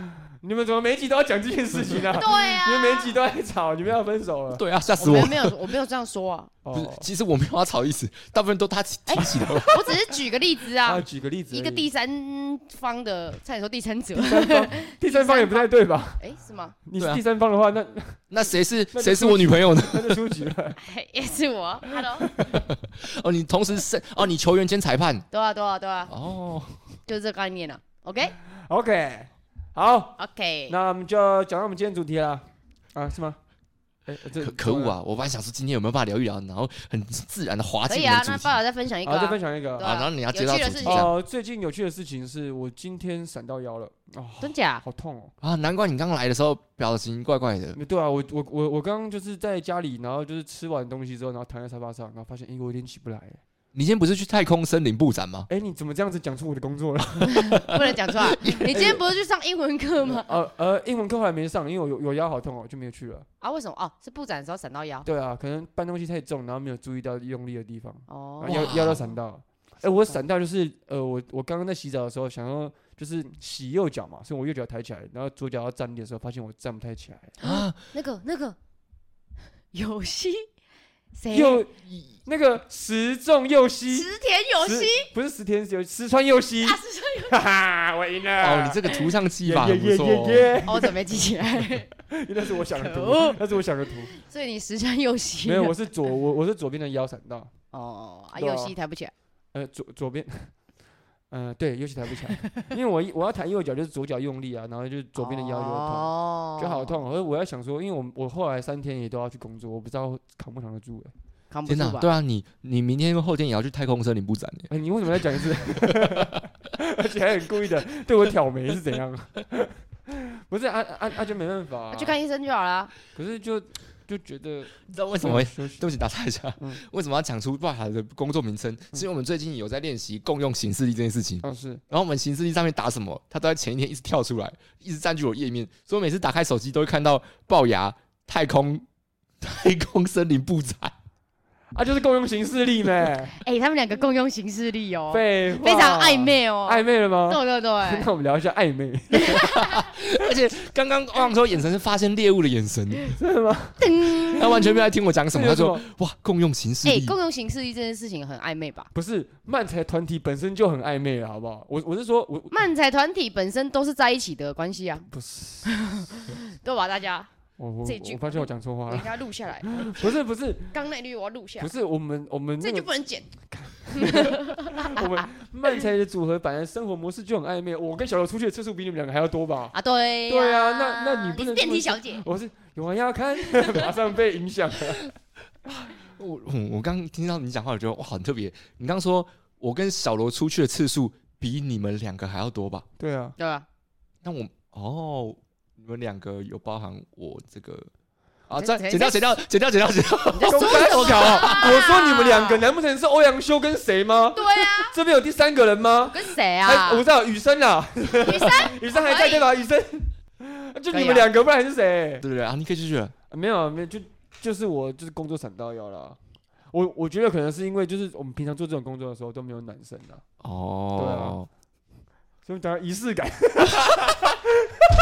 S4: 你们怎么每一集都要讲这件事情呢、
S1: 对
S4: 啊？
S1: 呀、
S4: 你们每一集都在吵，你们要分手了。
S3: 对啊，吓
S1: 我
S3: 死我
S1: 们！没有，我没有这样说啊，
S3: 不是
S4: 哦，
S3: 其实我没有要吵意思，大部分都他提提起的。
S1: 我只是举个例子
S4: 啊，
S1: 啊，
S4: 举个例子而已，
S1: 一个第三方的，差点说第三者，
S4: 第三方也不太对吧？
S1: 哎、是吗？
S4: 你
S3: 对
S4: 是
S3: 啊
S4: 第三方的话，那
S3: 那谁是
S4: 那就
S3: 谁是我女朋友呢？
S4: 那就出 局了。
S1: 嘿也是我，Hello，
S3: 哦，你同时是哦，你球员兼裁判
S1: 对啊，对啊，对啊，
S3: 哦。
S1: 就是这概念啊了、o k
S4: OK，好，
S1: o k
S4: 那我们就讲到我们今天主题了啊，是吗？哎，这
S3: 可可恶！啊！我本来想说今天有没有办法聊一聊，然后很自然的滑
S1: 可
S3: 进
S1: 以
S3: 我们
S1: 啊
S3: 的，主
S1: 那
S3: 题
S1: 爸爸再分享一个、
S4: 好，再
S1: 啊
S4: 分，享一个
S1: 对。
S3: 啊，然后你要接
S1: 有
S3: 到
S1: 趣的
S3: 主题
S1: 事
S3: 这
S1: 情
S3: 样
S4: 哦，最近有趣的事情是我今天闪到腰了，哦，
S1: 真 假？
S4: 好痛哦。
S3: 啊，难怪你刚来的时候表情怪怪的。
S4: 对啊，我我我我刚刚就是在家里，然后就是吃完东西之后，然后躺在沙发上，然后发现，哎，我有点起不来。
S3: 你今天不是去太空森林布展吗？
S4: 哎，你怎么这样子讲出我的工作了？
S1: 不能讲 出来。你今天不是去上英文课吗？
S4: 呃呃，英文课后来没上，因为我有有腰好痛哦，就没有去了。
S1: 啊，为什么？哦，是布展的时候闪到腰。
S4: 对啊，可能搬东西太重，然后没有注意到用力的地方。
S1: 哦
S4: 然后，腰
S3: 哇
S4: 腰到闪到。哎、我闪到就是呃，我我刚刚在洗澡的时候，想要就是洗右脚嘛，所以我右脚抬起来，然后左脚要站立的时候，发现我站不太起来。
S3: 啊，
S1: 那个那个，有希，谁？
S4: 右那个石重右希，
S1: 石田有
S4: 石
S1: 希
S4: 不是石田有石川右希，
S1: 啊，石川
S4: 哈哈，我赢了。
S3: 哦，你这个图像技
S4: 耶
S3: 法很不
S4: 啊耶耶
S3: 错
S4: 耶
S3: 哦。
S4: 耶！
S1: 有，我准备记起 来。
S4: 那是我想的
S1: 可
S4: 图
S1: 恶，
S4: 那是我想的图。
S1: 所以你石川有希
S4: 没有，我是左我我是左边的腰闪到，
S1: 哦，啊，
S4: 对啊
S1: 有希抬不起来。
S4: 呃左左边，呃对，右膝抬不起来，因为我一我要抬右脚就是左脚用力啊，然后就是左边的腰就会痛。
S1: 哦，
S4: 就好，痛。而我要想说，因为我我后来三天也都要去工作，我不知道扛不扛得住、欸。
S1: 扛不
S3: 天
S1: 住
S3: 哪，
S1: 吧？
S3: 对啊，你你明天后天也要去太空森林布展耶
S4: 哎、你为什么再讲一次？ 而且还很故意的对我挑眉是怎样？ 不是啊啊啊！就没办法、
S1: 啊去。看医生就好了。
S4: 可是就就觉得
S3: 你知道为
S4: 为
S3: 什么会？
S4: 休息
S3: 对不起，打岔一下
S4: 嗯，
S3: 为什么要讲出爸爸的工作名称？是因为我们最近有在练习共用形式力这件事情，
S4: 啊是
S3: 然后我们形式力上面打什么，它都在前一天一直跳出来，一直占据我页面，所以我每次打开手机都会看到龅牙、太空、太空森林布 展。
S4: 啊，就是共用形式 力呗，
S1: 哎，他们两个共用形式力哦，
S4: 废话
S1: 非常暧，昧哦，
S4: 暧昧了吗？
S1: 对对哎对
S4: 那。我们聊一下暧昧，
S3: 而且刚刚汪洋说眼神是发现猎物的眼神，
S4: 真的吗？
S3: 他完全没有在听我讲 什么，他
S4: 这有
S3: 说
S4: 什么
S3: 哇共用形式
S1: 哎
S3: 力，，
S1: 共用形式力这件事情很暧昧吧？
S4: 不是漫才团体本身就很暧昧了，好不好？我我是说我我
S1: 漫才团体本身都是在一起的关系啊，
S4: 不是
S1: 对吧？大家，
S4: 我我
S1: 这句
S4: 我发现我讲错话
S1: 我应
S4: 了，
S1: 该录下来。
S4: 不是 不是
S1: 刚那句我要录下
S4: 不
S1: 来，
S4: 是我们我们
S1: 啊这
S4: 那
S1: 就
S4: 个
S1: 不能剪。
S4: 我们漫才的组合版的生活模式就很暧昧。我跟小罗出去的次数比你们两个还要 多吧？
S1: 啊，对呀
S4: 对啊那那你不
S1: 是
S4: 能这
S1: 电
S4: 么
S1: 梯
S4: 说
S1: 小姐，
S4: 我是有人要看， 马上被影响了。
S3: 我嗯我刚听到你讲话，我觉得哇很特别。你刚说我跟小罗出去的次数比你们两个还要多吧？
S4: 对啊，
S1: 对吧？
S3: 那我哦，你们两个有包含我这个啊？
S1: 这
S3: 再
S1: 这
S3: 剪掉，剪掉，剪掉，剪掉，剪掉。
S4: 公开我靠！
S1: 啊
S4: 我说你们两个，难不成是欧阳修跟谁吗？
S1: 对啊，
S4: 这边有第三个人吗？
S1: 跟谁
S4: 还
S1: 啊
S4: 我？知道雨生啊，
S1: 女生， 啊
S4: 雨生还在对吧？雨生，就你们两个，不然是谁？
S3: 对对对啊，你可以继续了。
S4: 没有没有，就就是我就是工作闪到腰了。啊我我觉得可能是因为就是我们平常做这种工作的时候都没有男生啊，
S3: 哦，
S4: 所以当然仪式感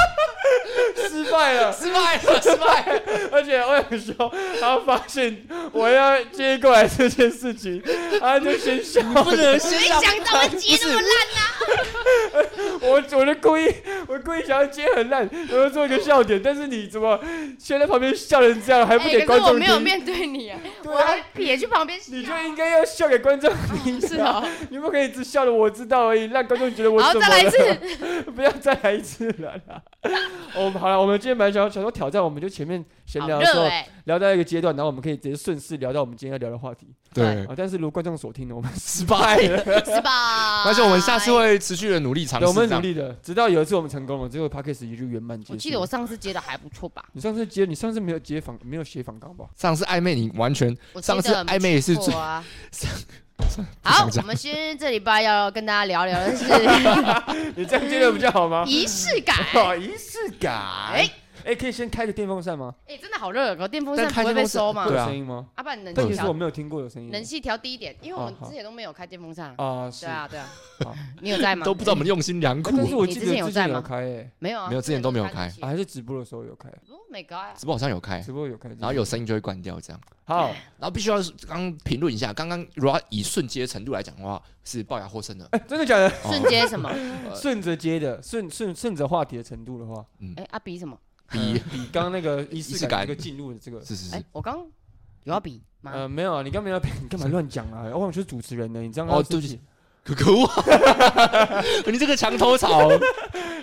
S4: 失败了。
S3: 失败了，失 败了。
S4: 而且我有时候他发现我要接过来这件事情，他就先笑。
S3: 不能先
S1: 没
S3: 让
S1: 想到会接那么烂，
S4: 我我就故意，我故意想要接很烂，我就做一个笑点。但是你怎么先在旁边笑成这样，还不
S1: 哎，
S4: 给
S1: 可
S4: 观
S1: 是我
S4: 众
S1: 没有
S4: 听？
S1: 面对你啊，
S4: 对
S1: 我
S4: 啊
S1: 还撇去旁边笑，
S4: 你就应该要笑给观众听。
S1: 是哦，
S4: 你不可以只笑的我知道而已，让观众觉得我
S1: 好，
S4: 怎
S1: 再
S4: 么
S1: 来一
S4: 了？
S1: 次，
S4: 不要再来一次了啦。 我们好了，我们今天蛮想想说挑战，我们就前面闲
S1: 好
S4: 聊的时
S1: 热
S4: 候
S1: 哎，
S4: 聊到一个阶段，然后我们可以直接顺势聊到我们今天要聊的话题
S3: 对，
S4: 啊。但是如果观众所听呢，我们
S3: 失败了。
S1: 是吧？
S3: 而且我们下次，会持续的努力尝试。
S4: 对，我们努。力的，直到有一次我们成功了，最后 p a c k a g e 也就圆满结束。
S1: 我记得我，上次接的还不错吧？
S4: 你上次接，你上次没有接访，没有写访纲吧？
S3: 上次暧昧你完全
S1: 我
S3: 上次暧昧也是最
S1: 错 啊。
S3: 不想
S1: 好，
S3: 讲
S1: 我们先这礼拜要跟大家聊聊 的是
S4: 你这样接的比较好吗？
S1: 仪式感。
S4: 哦，仪式感。
S1: 哎，
S4: 哎，可以先开个电风扇吗？
S1: 哎、真的好热，可电风
S3: 但
S1: 扇不
S3: 开
S1: 会被
S3: 电风扇
S1: 收吗
S4: 会？
S3: 对
S4: 有
S3: 啊
S4: 声音吗？
S1: 阿爸，你冷
S4: 但
S1: 气
S4: 其实
S1: 调
S4: 我没有听过有声音。
S1: 冷气调低一点，因
S3: 哦
S1: 为我们之前都没有开电风扇啊。
S4: 啊，是
S1: 对啊，对啊
S4: 好，
S1: 你有在吗？
S3: 都不知道我们用心良
S4: 哎
S3: 苦。
S4: 但是我
S1: 你
S4: 记
S1: 之
S4: 得
S1: 前有
S4: 之
S1: 在
S4: 前有
S1: 吗
S4: 开哎，
S1: 没有啊，
S3: 没有之前都没有开
S1: 之前
S4: 啊还是直播的时候有开，
S1: 都没开冷气。Oh my god！
S3: 直播好像有开，
S4: 直播有开。
S3: 然后有声音就会关掉这样。
S4: 好，
S3: 然后必须要刚刚评论一下，刚刚如果以瞬接程度来讲的话，是龅牙获胜的。
S4: 哎，真的假的？
S3: 哦
S1: 瞬间什么？
S4: 顺着接的，顺顺顺着话题的程度的话，呃
S1: 哎，阿比什么？
S3: 比
S4: 比刚刚 那个仪
S3: 仪
S4: 式
S3: 式
S4: 感
S3: 感
S4: 这个进入的这个，
S3: 是是
S1: 哎
S3: 是，，
S1: 我刚有要比 吗？
S4: 呃，没有啊，你干嘛要你干嘛乱讲啊？我想是主持人呢，你这样
S3: 哦
S4: 让他
S3: 对不
S4: 生气，
S3: 可可恶！啊 你这个墙头草，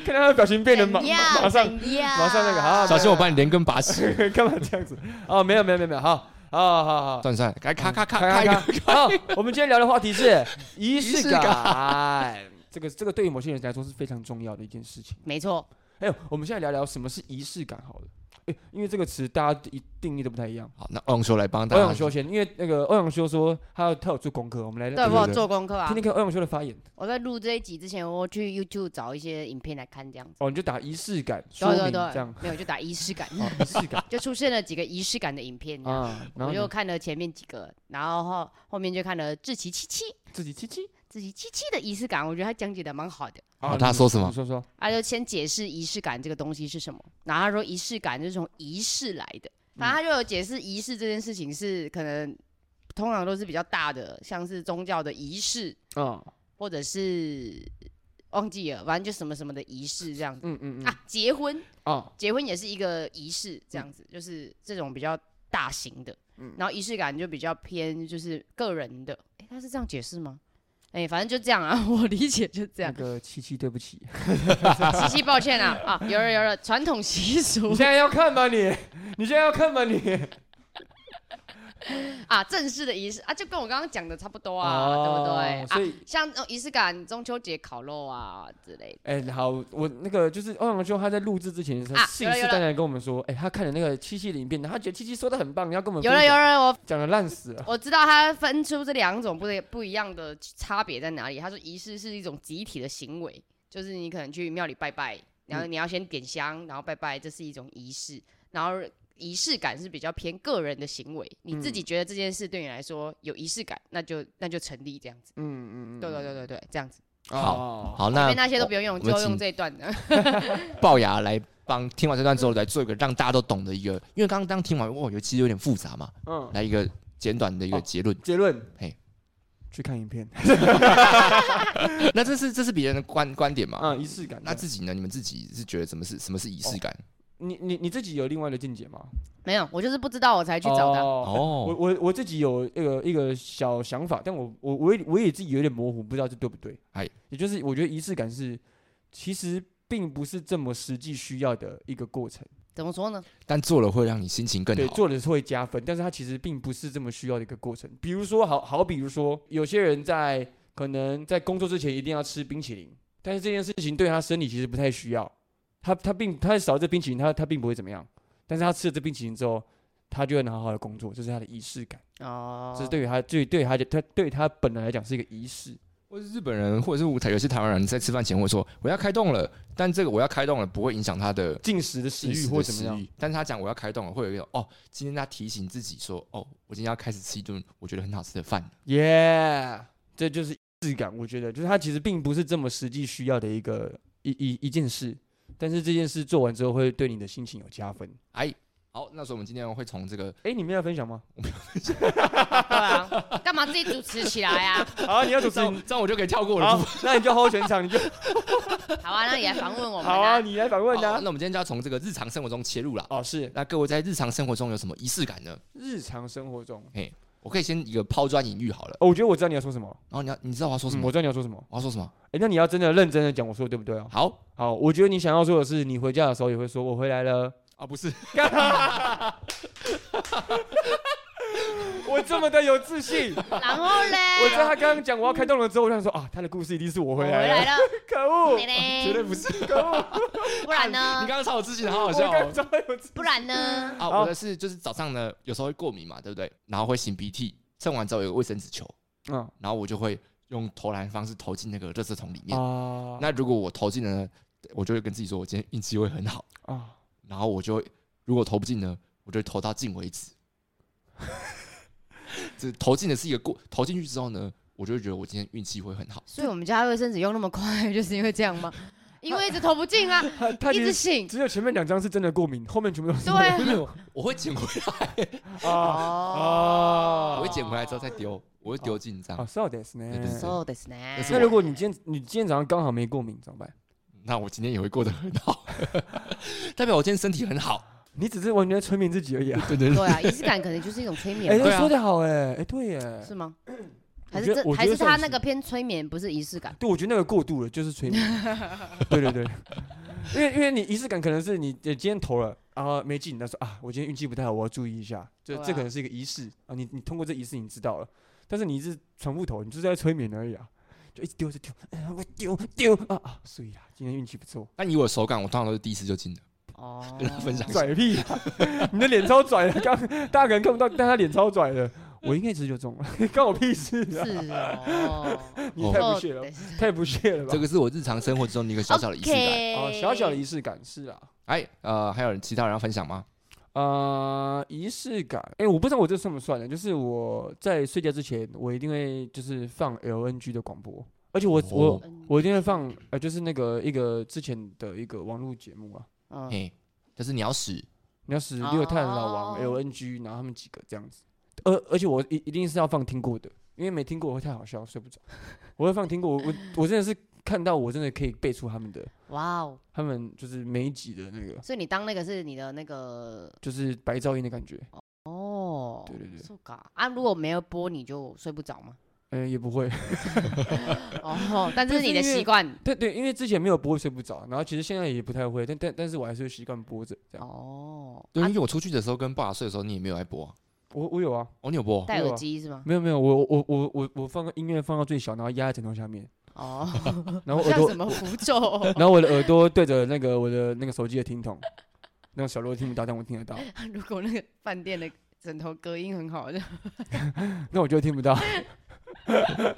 S4: 看他的表情变得马
S1: 怎样
S4: 马上
S1: 怎样
S4: 马上那个好
S3: 小心我把你连根拔起。
S4: 干嘛这样子？哦，没有没有没有没有，好，好好好。
S3: 算算，该咔咔咔
S4: 开
S3: 开
S4: 开
S3: 个。
S4: 开！好，我们今天聊的话题是 仪
S3: 式
S4: 式感，这个这个对于某些人来说是非常重要的一件事情。
S1: 没错，
S4: 哎，我们现在聊聊什么是仪式感好了。哎，因为这个词大家一定义都不太一样。
S3: 好，那欧阳修来帮大
S4: 欧
S3: 家。
S4: 阳修先，因为那个欧阳修说他要他有做功课，我们来
S1: 对
S4: 听
S1: 我有做功课啊
S4: 听。看欧阳修的发言。
S1: 我在录这一集之前，我去 YouTube 找一些影片来看，这样子。
S4: 哦，你就打仪式感说
S1: 对
S4: 明
S1: 对
S4: 这
S1: 对
S4: 样，，
S1: 没有就打仪式感，
S4: 哦，仪式感
S1: 就出现了几个仪式感的影片这样。
S4: 啊，然
S1: 我
S4: 后
S1: 就
S4: 呢
S1: 看了前面几个，然后后后面就看了志奇七七，
S4: 自己七七
S1: 志奇七七的仪式感，我觉得他讲解的蛮好的。
S3: 好他说什么
S4: 你说说
S1: 他就先解释仪式感这个东西是什么，然后他说仪式感就是从仪式来的，反正他就有解释仪式这件事情是可能通常都是比较大的，像是宗教的仪式
S4: 啊，
S1: 或者是忘记了，反正就什么什么的仪式这样子、
S4: 嗯嗯嗯
S1: 啊，结婚
S4: 啊，
S1: 结婚也是一个仪式，这样子、就是这种比较大型的，
S4: 嗯
S1: 然后仪式感就比较偏就是个人的，诶，他是这样解释吗？诶，反正就这样啊， 我理解就这
S4: 那
S1: 样。
S4: 个七七对 不起，
S1: 七七，抱歉啊啊，有了有了，传统习
S4: 你
S1: 俗
S4: 现在要看吗你？你现在要看吗你？
S1: 啊，正式的仪式啊，就跟我刚刚讲的差不多啊，对
S4: 哦
S1: 不对？
S4: 所
S1: 啊，
S4: 以
S1: 像那种仪式感，中秋节烤肉啊之类的。
S4: 哎，好，我那个就是欧阳修他在录制之前，他
S1: 啊
S4: 信
S1: 有了
S4: 誓
S1: 有了
S4: 旦旦地跟我们说，哎，他看了那个七七的影片，然后他觉得七七说的很棒，要跟我们
S1: 有了有
S4: 分享，
S1: 了，我
S4: 讲的烂死了。
S1: 我知道他分出这两种不一不一样的差别在哪里。他说仪式是一种集体的行为，就是你可能去庙里拜拜，然后你要先点香，然后拜拜，这是一种仪式。然后仪式感是比较偏个人的行为，你自己
S4: 嗯
S1: 觉得这件事对你来说有仪式感，那就那就成立这样子。
S4: 嗯嗯嗯，
S1: 对对对对对，这样子。
S3: 好
S4: 哦，
S3: 好，
S1: 因
S3: 那
S1: 为那些都不用用，
S3: 我
S1: 就
S3: 们
S1: 用
S3: 请
S1: 这一段的。
S3: 龅牙来帮听完这段之后，来做一个让大家都懂的一个，因为刚刚刚听完，哇，有其实有点复杂嘛，
S4: 嗯，
S3: 来一个简短的一个结论。
S4: 结论
S3: 嘿，
S4: 去看影片，哦
S3: 那这是这是别人的观观点嘛？
S4: 啊，仪式感。
S3: 那自己呢？你们自己是觉得什么是什么是仪式感？
S4: 你你你自己有另外的见解吗？
S1: 没有，我就是不知道，我才去找他。
S4: 哦我
S3: 哦，
S4: 我我自己有一个一个小想法，但我我我也我也自己有点模糊，不知道这对不对。
S3: 哎
S4: 也就是我觉得仪式感是其实并不是这么实际需要的一个过程，
S1: 怎么说呢？
S3: 但做了会让你心情更
S4: 对，
S3: 好。
S4: 做的是会加分，但是它其实并不是这么需要的一个过程。比如说，好好比如说，有些人在可能在工作之前一定要吃冰淇淋，但是这件事情对他身体其实不太需要，他他并他少了这冰淇淋，他他并不会怎么样，但是他吃了这冰淇淋之后，他就会好好的工作，这是他的仪式感。
S1: 哦，
S4: 这是对于他，对对于他，他对于他本人来讲是一个仪式。
S3: 或是日本人，或者是台有些台湾人在吃饭前会说我要开动了，但这个我要开动了不会影响他的
S4: 进食的食
S3: 进
S4: 欲
S3: 食
S4: 或
S3: 的
S4: 怎么
S3: 食
S4: 样？
S3: 欲，但是他讲我要开动了，会有一种哦，今天他提醒自己说哦，我今天要开始吃一顿我觉得很好吃的饭。
S4: 耶，这就是仪式感。我觉得，就是他其实并不是这么实际需要的一个一一一件事，但是这件事做完之后会对你的心情有加分。
S3: 哎，好，那所以我们今天会从这个
S4: 哎，你们要分享吗？
S1: 对啊，干嘛自己主持起来啊？
S4: 好，你要主持
S3: 这。样这样我就可以跳过了。
S4: 好， 那你就 hold 全场，你就
S1: 好啊，那你来访问我们
S4: 好啊，。你来反问
S3: 好
S4: 啊。
S3: 那我们今天就要从这个日常生活中切入了。
S4: 哦，是
S3: 那各位在日常生活中有什么仪式感呢？
S4: 日常生活中，
S3: 我可以先一个抛砖引玉好了。
S4: 哦，我觉得我知道你要说什么，
S3: 然后你要你知道我要说什
S4: 嗯
S3: 么？
S4: 我知道你要说什么。
S3: 我要说什么？
S4: 哎，那你要真的认真的讲我说的对不对哦？
S3: 好
S4: 好，我觉得你想要说的是，你回家的时候也会说“我回来了”，
S3: 啊，不是，
S4: 我这么的有自信，
S1: 然后
S4: 我知道
S1: 嘞，
S4: 他刚刚讲我要开动了之后，我想说啊，他的故事一定是我
S1: 我
S4: 回
S1: 回
S4: 来
S1: 来
S4: 了，
S1: 了，
S4: 可恶！
S1: 对嘞
S3: 绝对不是。
S4: 可 恶！
S1: 不然
S3: 你
S1: 呢？
S3: 刚刚超有自信，好好
S4: 啊我
S3: 笑
S4: 刚
S3: 哦。
S4: 刚有
S1: 不然呢？
S3: 啊，我的是就是早上呢，有时候会过敏嘛，对不对？然后会擤鼻涕，蹭完之后有个卫生纸球，
S4: 嗯
S3: 然后我就会用投篮方式投进那个垃圾桶里面。
S4: 啊
S3: 那如果我投进了呢，我就会跟自己说，我今天运气会很好。
S4: 啊
S3: 然后我就会如果投不进呢，我就会投到进为 止。这投进的是一个过，投进去之后呢，我就会觉得我今天运气会很好。
S1: 所以我们家卫生纸用那么快，就是因为这样吗？因为一直投不进啊，
S4: 他他
S1: 一
S4: 其
S1: 直
S4: 实
S1: 醒。
S4: 只有前面两张是真的过敏，后面全部都是
S1: 对啊
S4: 没有
S3: 我会捡回来，
S4: 啊
S1: 哦
S4: 아.
S3: 我
S4: 啊
S3: 会捡回来之后再丢，我会丢进
S4: 啊
S3: 账。
S4: ，so this 呢
S3: 对对？对
S1: So this 呢
S3: 是
S4: 那
S3: 我
S4: 如果你今天你今天早上刚好没过敏怎么办？
S3: 那我今天也会过得很好， 代表我今天身体很好。
S4: 你只是完全在催眠自己而已啊！
S3: 对对对，
S1: 对啊，仪式感可能就是一种催
S4: 哎，
S1: 眠吧，
S3: 对啊
S4: 他说的好哎，哎对耶，
S1: 是吗？
S4: 我
S1: 还
S4: 觉
S1: 是
S4: 得
S1: 这
S4: 我觉
S1: 还
S4: 得
S1: 是他
S4: 算
S1: 那
S4: 是
S1: 个偏催眠，不是仪式感？
S4: 对，我觉得那个过度了，就是 催眠。对对对，因为因为你仪式感可能是你呃今天投了，然后没进，他说啊，我今天运气不太好，我要注意一下。这
S1: 对啊
S4: 这可能是一个仪式啊，你你通过这仪式你知道了，但是你一直重复投，你就是在催眠而已啊，就一直丢一直丢，哎呀我丢丢啊啊，所以啊，今天运气不错，
S3: 但以我的手感，我通常都是第一次就进的。
S1: 哦，
S3: 跟他分享一下
S4: 拽屁啊， 你的脸超拽的，刚大家可能看不到，但他脸超拽的，我应该一直就中了， 关我屁事啊，
S1: 是哦，
S4: 你太不
S1: 哦
S4: 屑了，
S1: 对是
S4: 太不屑了吧
S3: 这？个是我日常生活之中的一个小小的仪式感。
S1: OK
S4: 哦，小小的仪式感是啊。
S3: 哎，呃，还有人其他人要分享吗？
S4: 呃，仪式感，哎、我不知道我这算不算呢？就是我在睡觉之前，我一定会就是放 LNG 的广播，而且我、我
S1: 嗯
S4: 我一定会放，呃，就是那个一个之前的一个网络节目啊，
S1: 嗯
S3: 嘿，就是你要使
S4: 你要十六探老王、
S1: 哦
S4: LNG，然后他们几个这样子，而而且我一一定是要放听过的，因为没听过会太好笑，睡不着。我会放听过，我我我真的是看到我真的可以背出他们的，
S1: 哇哦，
S4: 他们就是每一集的那个，
S1: 所以你当那个是你的那个
S4: 就是白噪音的感觉。
S1: 哦，
S4: 对对对
S1: 是噶啊，如果没有播你就睡不着吗？
S4: 嗯、也不会。
S1: 哦，但这是
S4: 但是
S1: 你的
S4: 因为
S1: 习惯
S4: 对对，因为之前没有播睡不着，然后其实现在也不太会，但但但是我还是会习惯播着这样。
S1: 哦，
S3: 对，
S1: 啊
S3: 因为我出去的时候跟爸爸睡的时候，你也没有来播啊、
S4: 我我有啊，
S3: 哦，你有播？
S1: 戴
S4: 没有
S1: 耳
S4: 啊
S1: 机是 吗？
S4: 没有没有，我我我我我放音乐放到最小，然后压在枕头下面，
S1: 哦，
S3: 啊
S4: 然后耳
S1: 像
S4: 朵
S1: 什，么符咒？
S4: 然后我的耳朵对着那个我的那个手机的听筒，那个小罗听不到，但我听 得到，
S1: 如果那个饭店的枕头隔音很好，就
S4: 那我就听不到。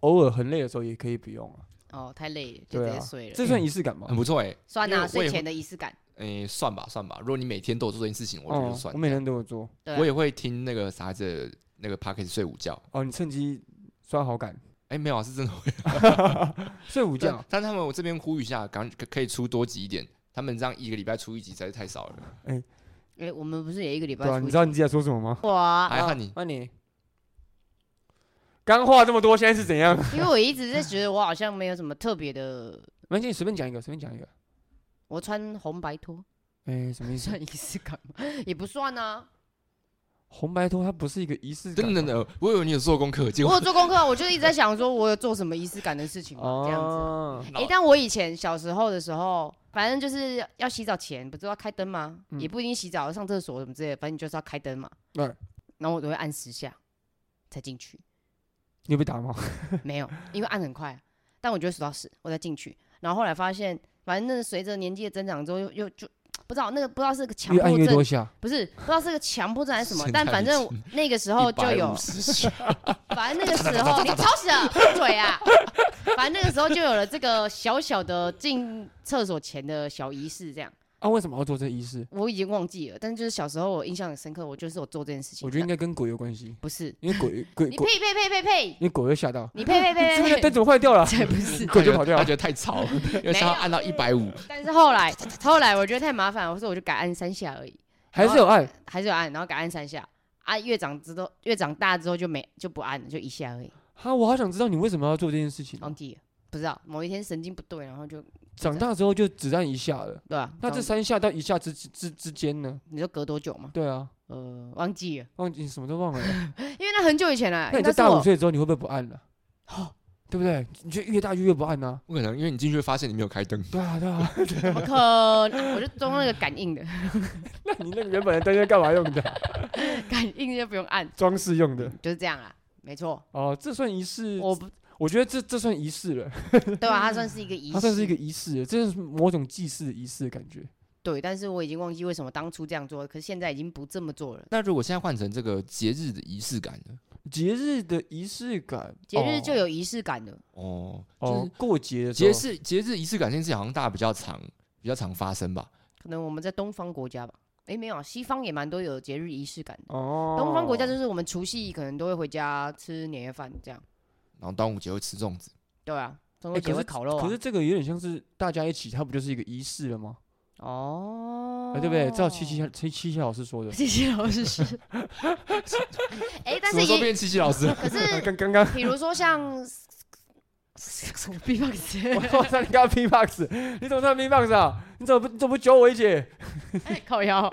S4: 偶尔很累的时候也可以不用啊，
S1: 哦太累了，就直
S4: 对啊
S1: 接睡了。
S4: 这算仪式感吗
S3: 很？不错哎、欸，
S1: 算
S3: 因
S1: 啊，
S3: 为我也
S1: 睡
S3: 会
S1: 前的仪式感。
S3: 诶、算吧算吧。如果你每天都有做这件事情，我觉得
S4: 哦
S3: 就，算。
S4: 我每天都有做。
S1: 对啊，
S3: 我也会听那个啥子的那个 p a c k e t 睡午觉。
S4: 哦，你趁机刷好感，
S3: 哎、没有啊，是真的会。
S4: 睡午觉
S3: 但。但他们我这边呼吁一下，赶可可以出多集一点。他们这样一个礼拜出一集实在是太少了。
S1: 哎，我们不是也一个礼拜
S4: 对啊，
S1: 出
S4: 你
S1: 一
S4: 知道你自己在说什么吗？
S1: 次 哇
S3: 哎，汉你
S4: 那你刚话这么多，现在是怎样？
S1: 因为我一直在觉得我好像没有什么特别的，
S4: 没关系，你随便讲一个，随便讲一个。
S1: 我穿红白拖
S4: 哎，什么意思？
S1: 算仪式感吗？也不算啊。
S4: 红白拖它不是一个仪式感
S3: 等
S4: 吗，
S3: 等等，我以为你有做功课，结
S1: 我
S3: 果
S1: 有做功课啊，我就一直在想说，我有做什么仪式感的事情吗？这样子。
S4: 哦，
S1: 哎、但我以前小时候的时候，反正就是要洗澡前，不是要开灯吗？
S4: 嗯
S1: 也不一定洗澡，上厕所什么之类的，反正你就是要开灯嘛。
S4: 对
S1: 然后我都会按十下才进 去，
S4: 你有被打吗？
S1: 没有，因为按很快，啊但我就会数到十，我再进去。然后后来发现，反正随着年纪的增长之后，又又就不知道那个不知道是个强
S4: 越按
S1: 迫
S4: 越
S1: 症
S4: 多，下，
S1: 不是不知道是个强迫症还是什么
S3: 现，
S1: 但
S3: 在
S1: 反
S3: 已
S1: 正
S3: 经
S1: 那个时候哦就有
S3: 150，下
S1: 反 正那个时候你吵死了，嘴啊！反正那个时候就有了这个小小的进厕所前的小仪式，这样
S4: 啊，为什么要做这仪式？
S1: 我已经忘记了，但是就是小时候我印象很深刻，我就是有做这件事情。
S4: 我觉得应
S1: 但
S4: 该跟鬼有关系，
S1: 不是，
S4: 因为 鬼鬼
S1: 你
S4: 鬼，
S1: 呸呸呸呸呸，
S4: 因为鬼会吓到。
S1: 你呸呸
S4: 这
S1: 呸呸
S4: 边的灯
S1: 呸，
S4: 怎么坏掉 了？
S1: 才不 是。
S4: 鬼就跑掉
S3: 他
S4: 了。
S3: 觉得太吵 了，因为他要按到一百五，
S1: 但是后来后来我觉得太麻烦了，我说我就改按三下而已，
S4: 还
S1: 哦
S4: 是有哎爱，
S1: 还是有按，然后改按三下。啊，越长之后越长大之后就没就不按了，就一下而已，
S4: 哈，我好想知道你为什么要做这件事情哦。
S1: 忘记了。不知道某一天神经不对，然后就
S4: 长大之后就只按一下了，
S1: 对啊吧？
S4: 那这三下到一下之之之之间呢？
S1: 你说隔多久吗？
S4: 对啊，
S1: 呃，忘记了，
S4: 忘记什么都忘了。
S1: 因为哎那很久以前了。
S4: 那
S1: 应
S4: 你
S1: 该
S4: 在
S1: 是
S4: 大
S1: 我哦
S4: 五岁之后，你会不会不按了？对不对？你就越大就越不按 啊呐、
S3: 不可能，因为你进去会发现你没有开灯。
S4: 对啊，对啊。
S1: 怎么可能？我就装那个感应的，
S4: 那你那个原本的灯是干嘛用的？
S1: 感应就不用按，
S4: 装饰用的。
S1: 就是这样啦。没错，
S4: 哦，这算仪式。
S1: 我
S4: 我
S1: 不
S4: 我觉得这这算仪式了，
S1: 对啊，它算是一个仪式，
S4: 嗯它算是一个仪式了，这是某种祭祀的仪式的感觉。
S1: 对，但是我已经忘记为什么当初这样做了，可是现在已经不这么做了。
S3: 那如果现在换成这个节日的仪式感呢？
S4: 节日的仪式感，
S1: 节日就
S4: 哦
S1: 有仪式感了，
S3: 哦，
S4: 哦，过节的时
S3: 节
S4: 候
S3: 日节日仪式感这件事情好像大家比较常比较常发生吧。
S1: 可能我们在东方国家吧，诶，没有啊，西方也蛮多有节日仪式感的。
S4: 哦，
S1: 东方国家就是我们除夕可能都会回家吃年夜饭这样，
S3: 然后端午节会吃粽子，
S1: 对啊，中
S4: 诶
S1: 秋节
S4: 可
S1: 会
S4: 是
S1: 烤肉啊
S4: 可是这个有点像是大家一起，它不就是一个仪式了吗？
S1: 哦
S4: 啊，对不对？照七 七七七七老师说的，
S1: 谢谢老师 是，哎，但
S3: 什么
S1: 是
S3: 时候
S1: 也
S3: 变七七老 师？
S1: 可是，
S4: 哎刚刚刚，
S1: 比如说像 什么 B box，
S4: 我我让你刚 B box，你怎么上 B box 啊？你怎么不你怎么不揪我一姐？
S1: 烤腰，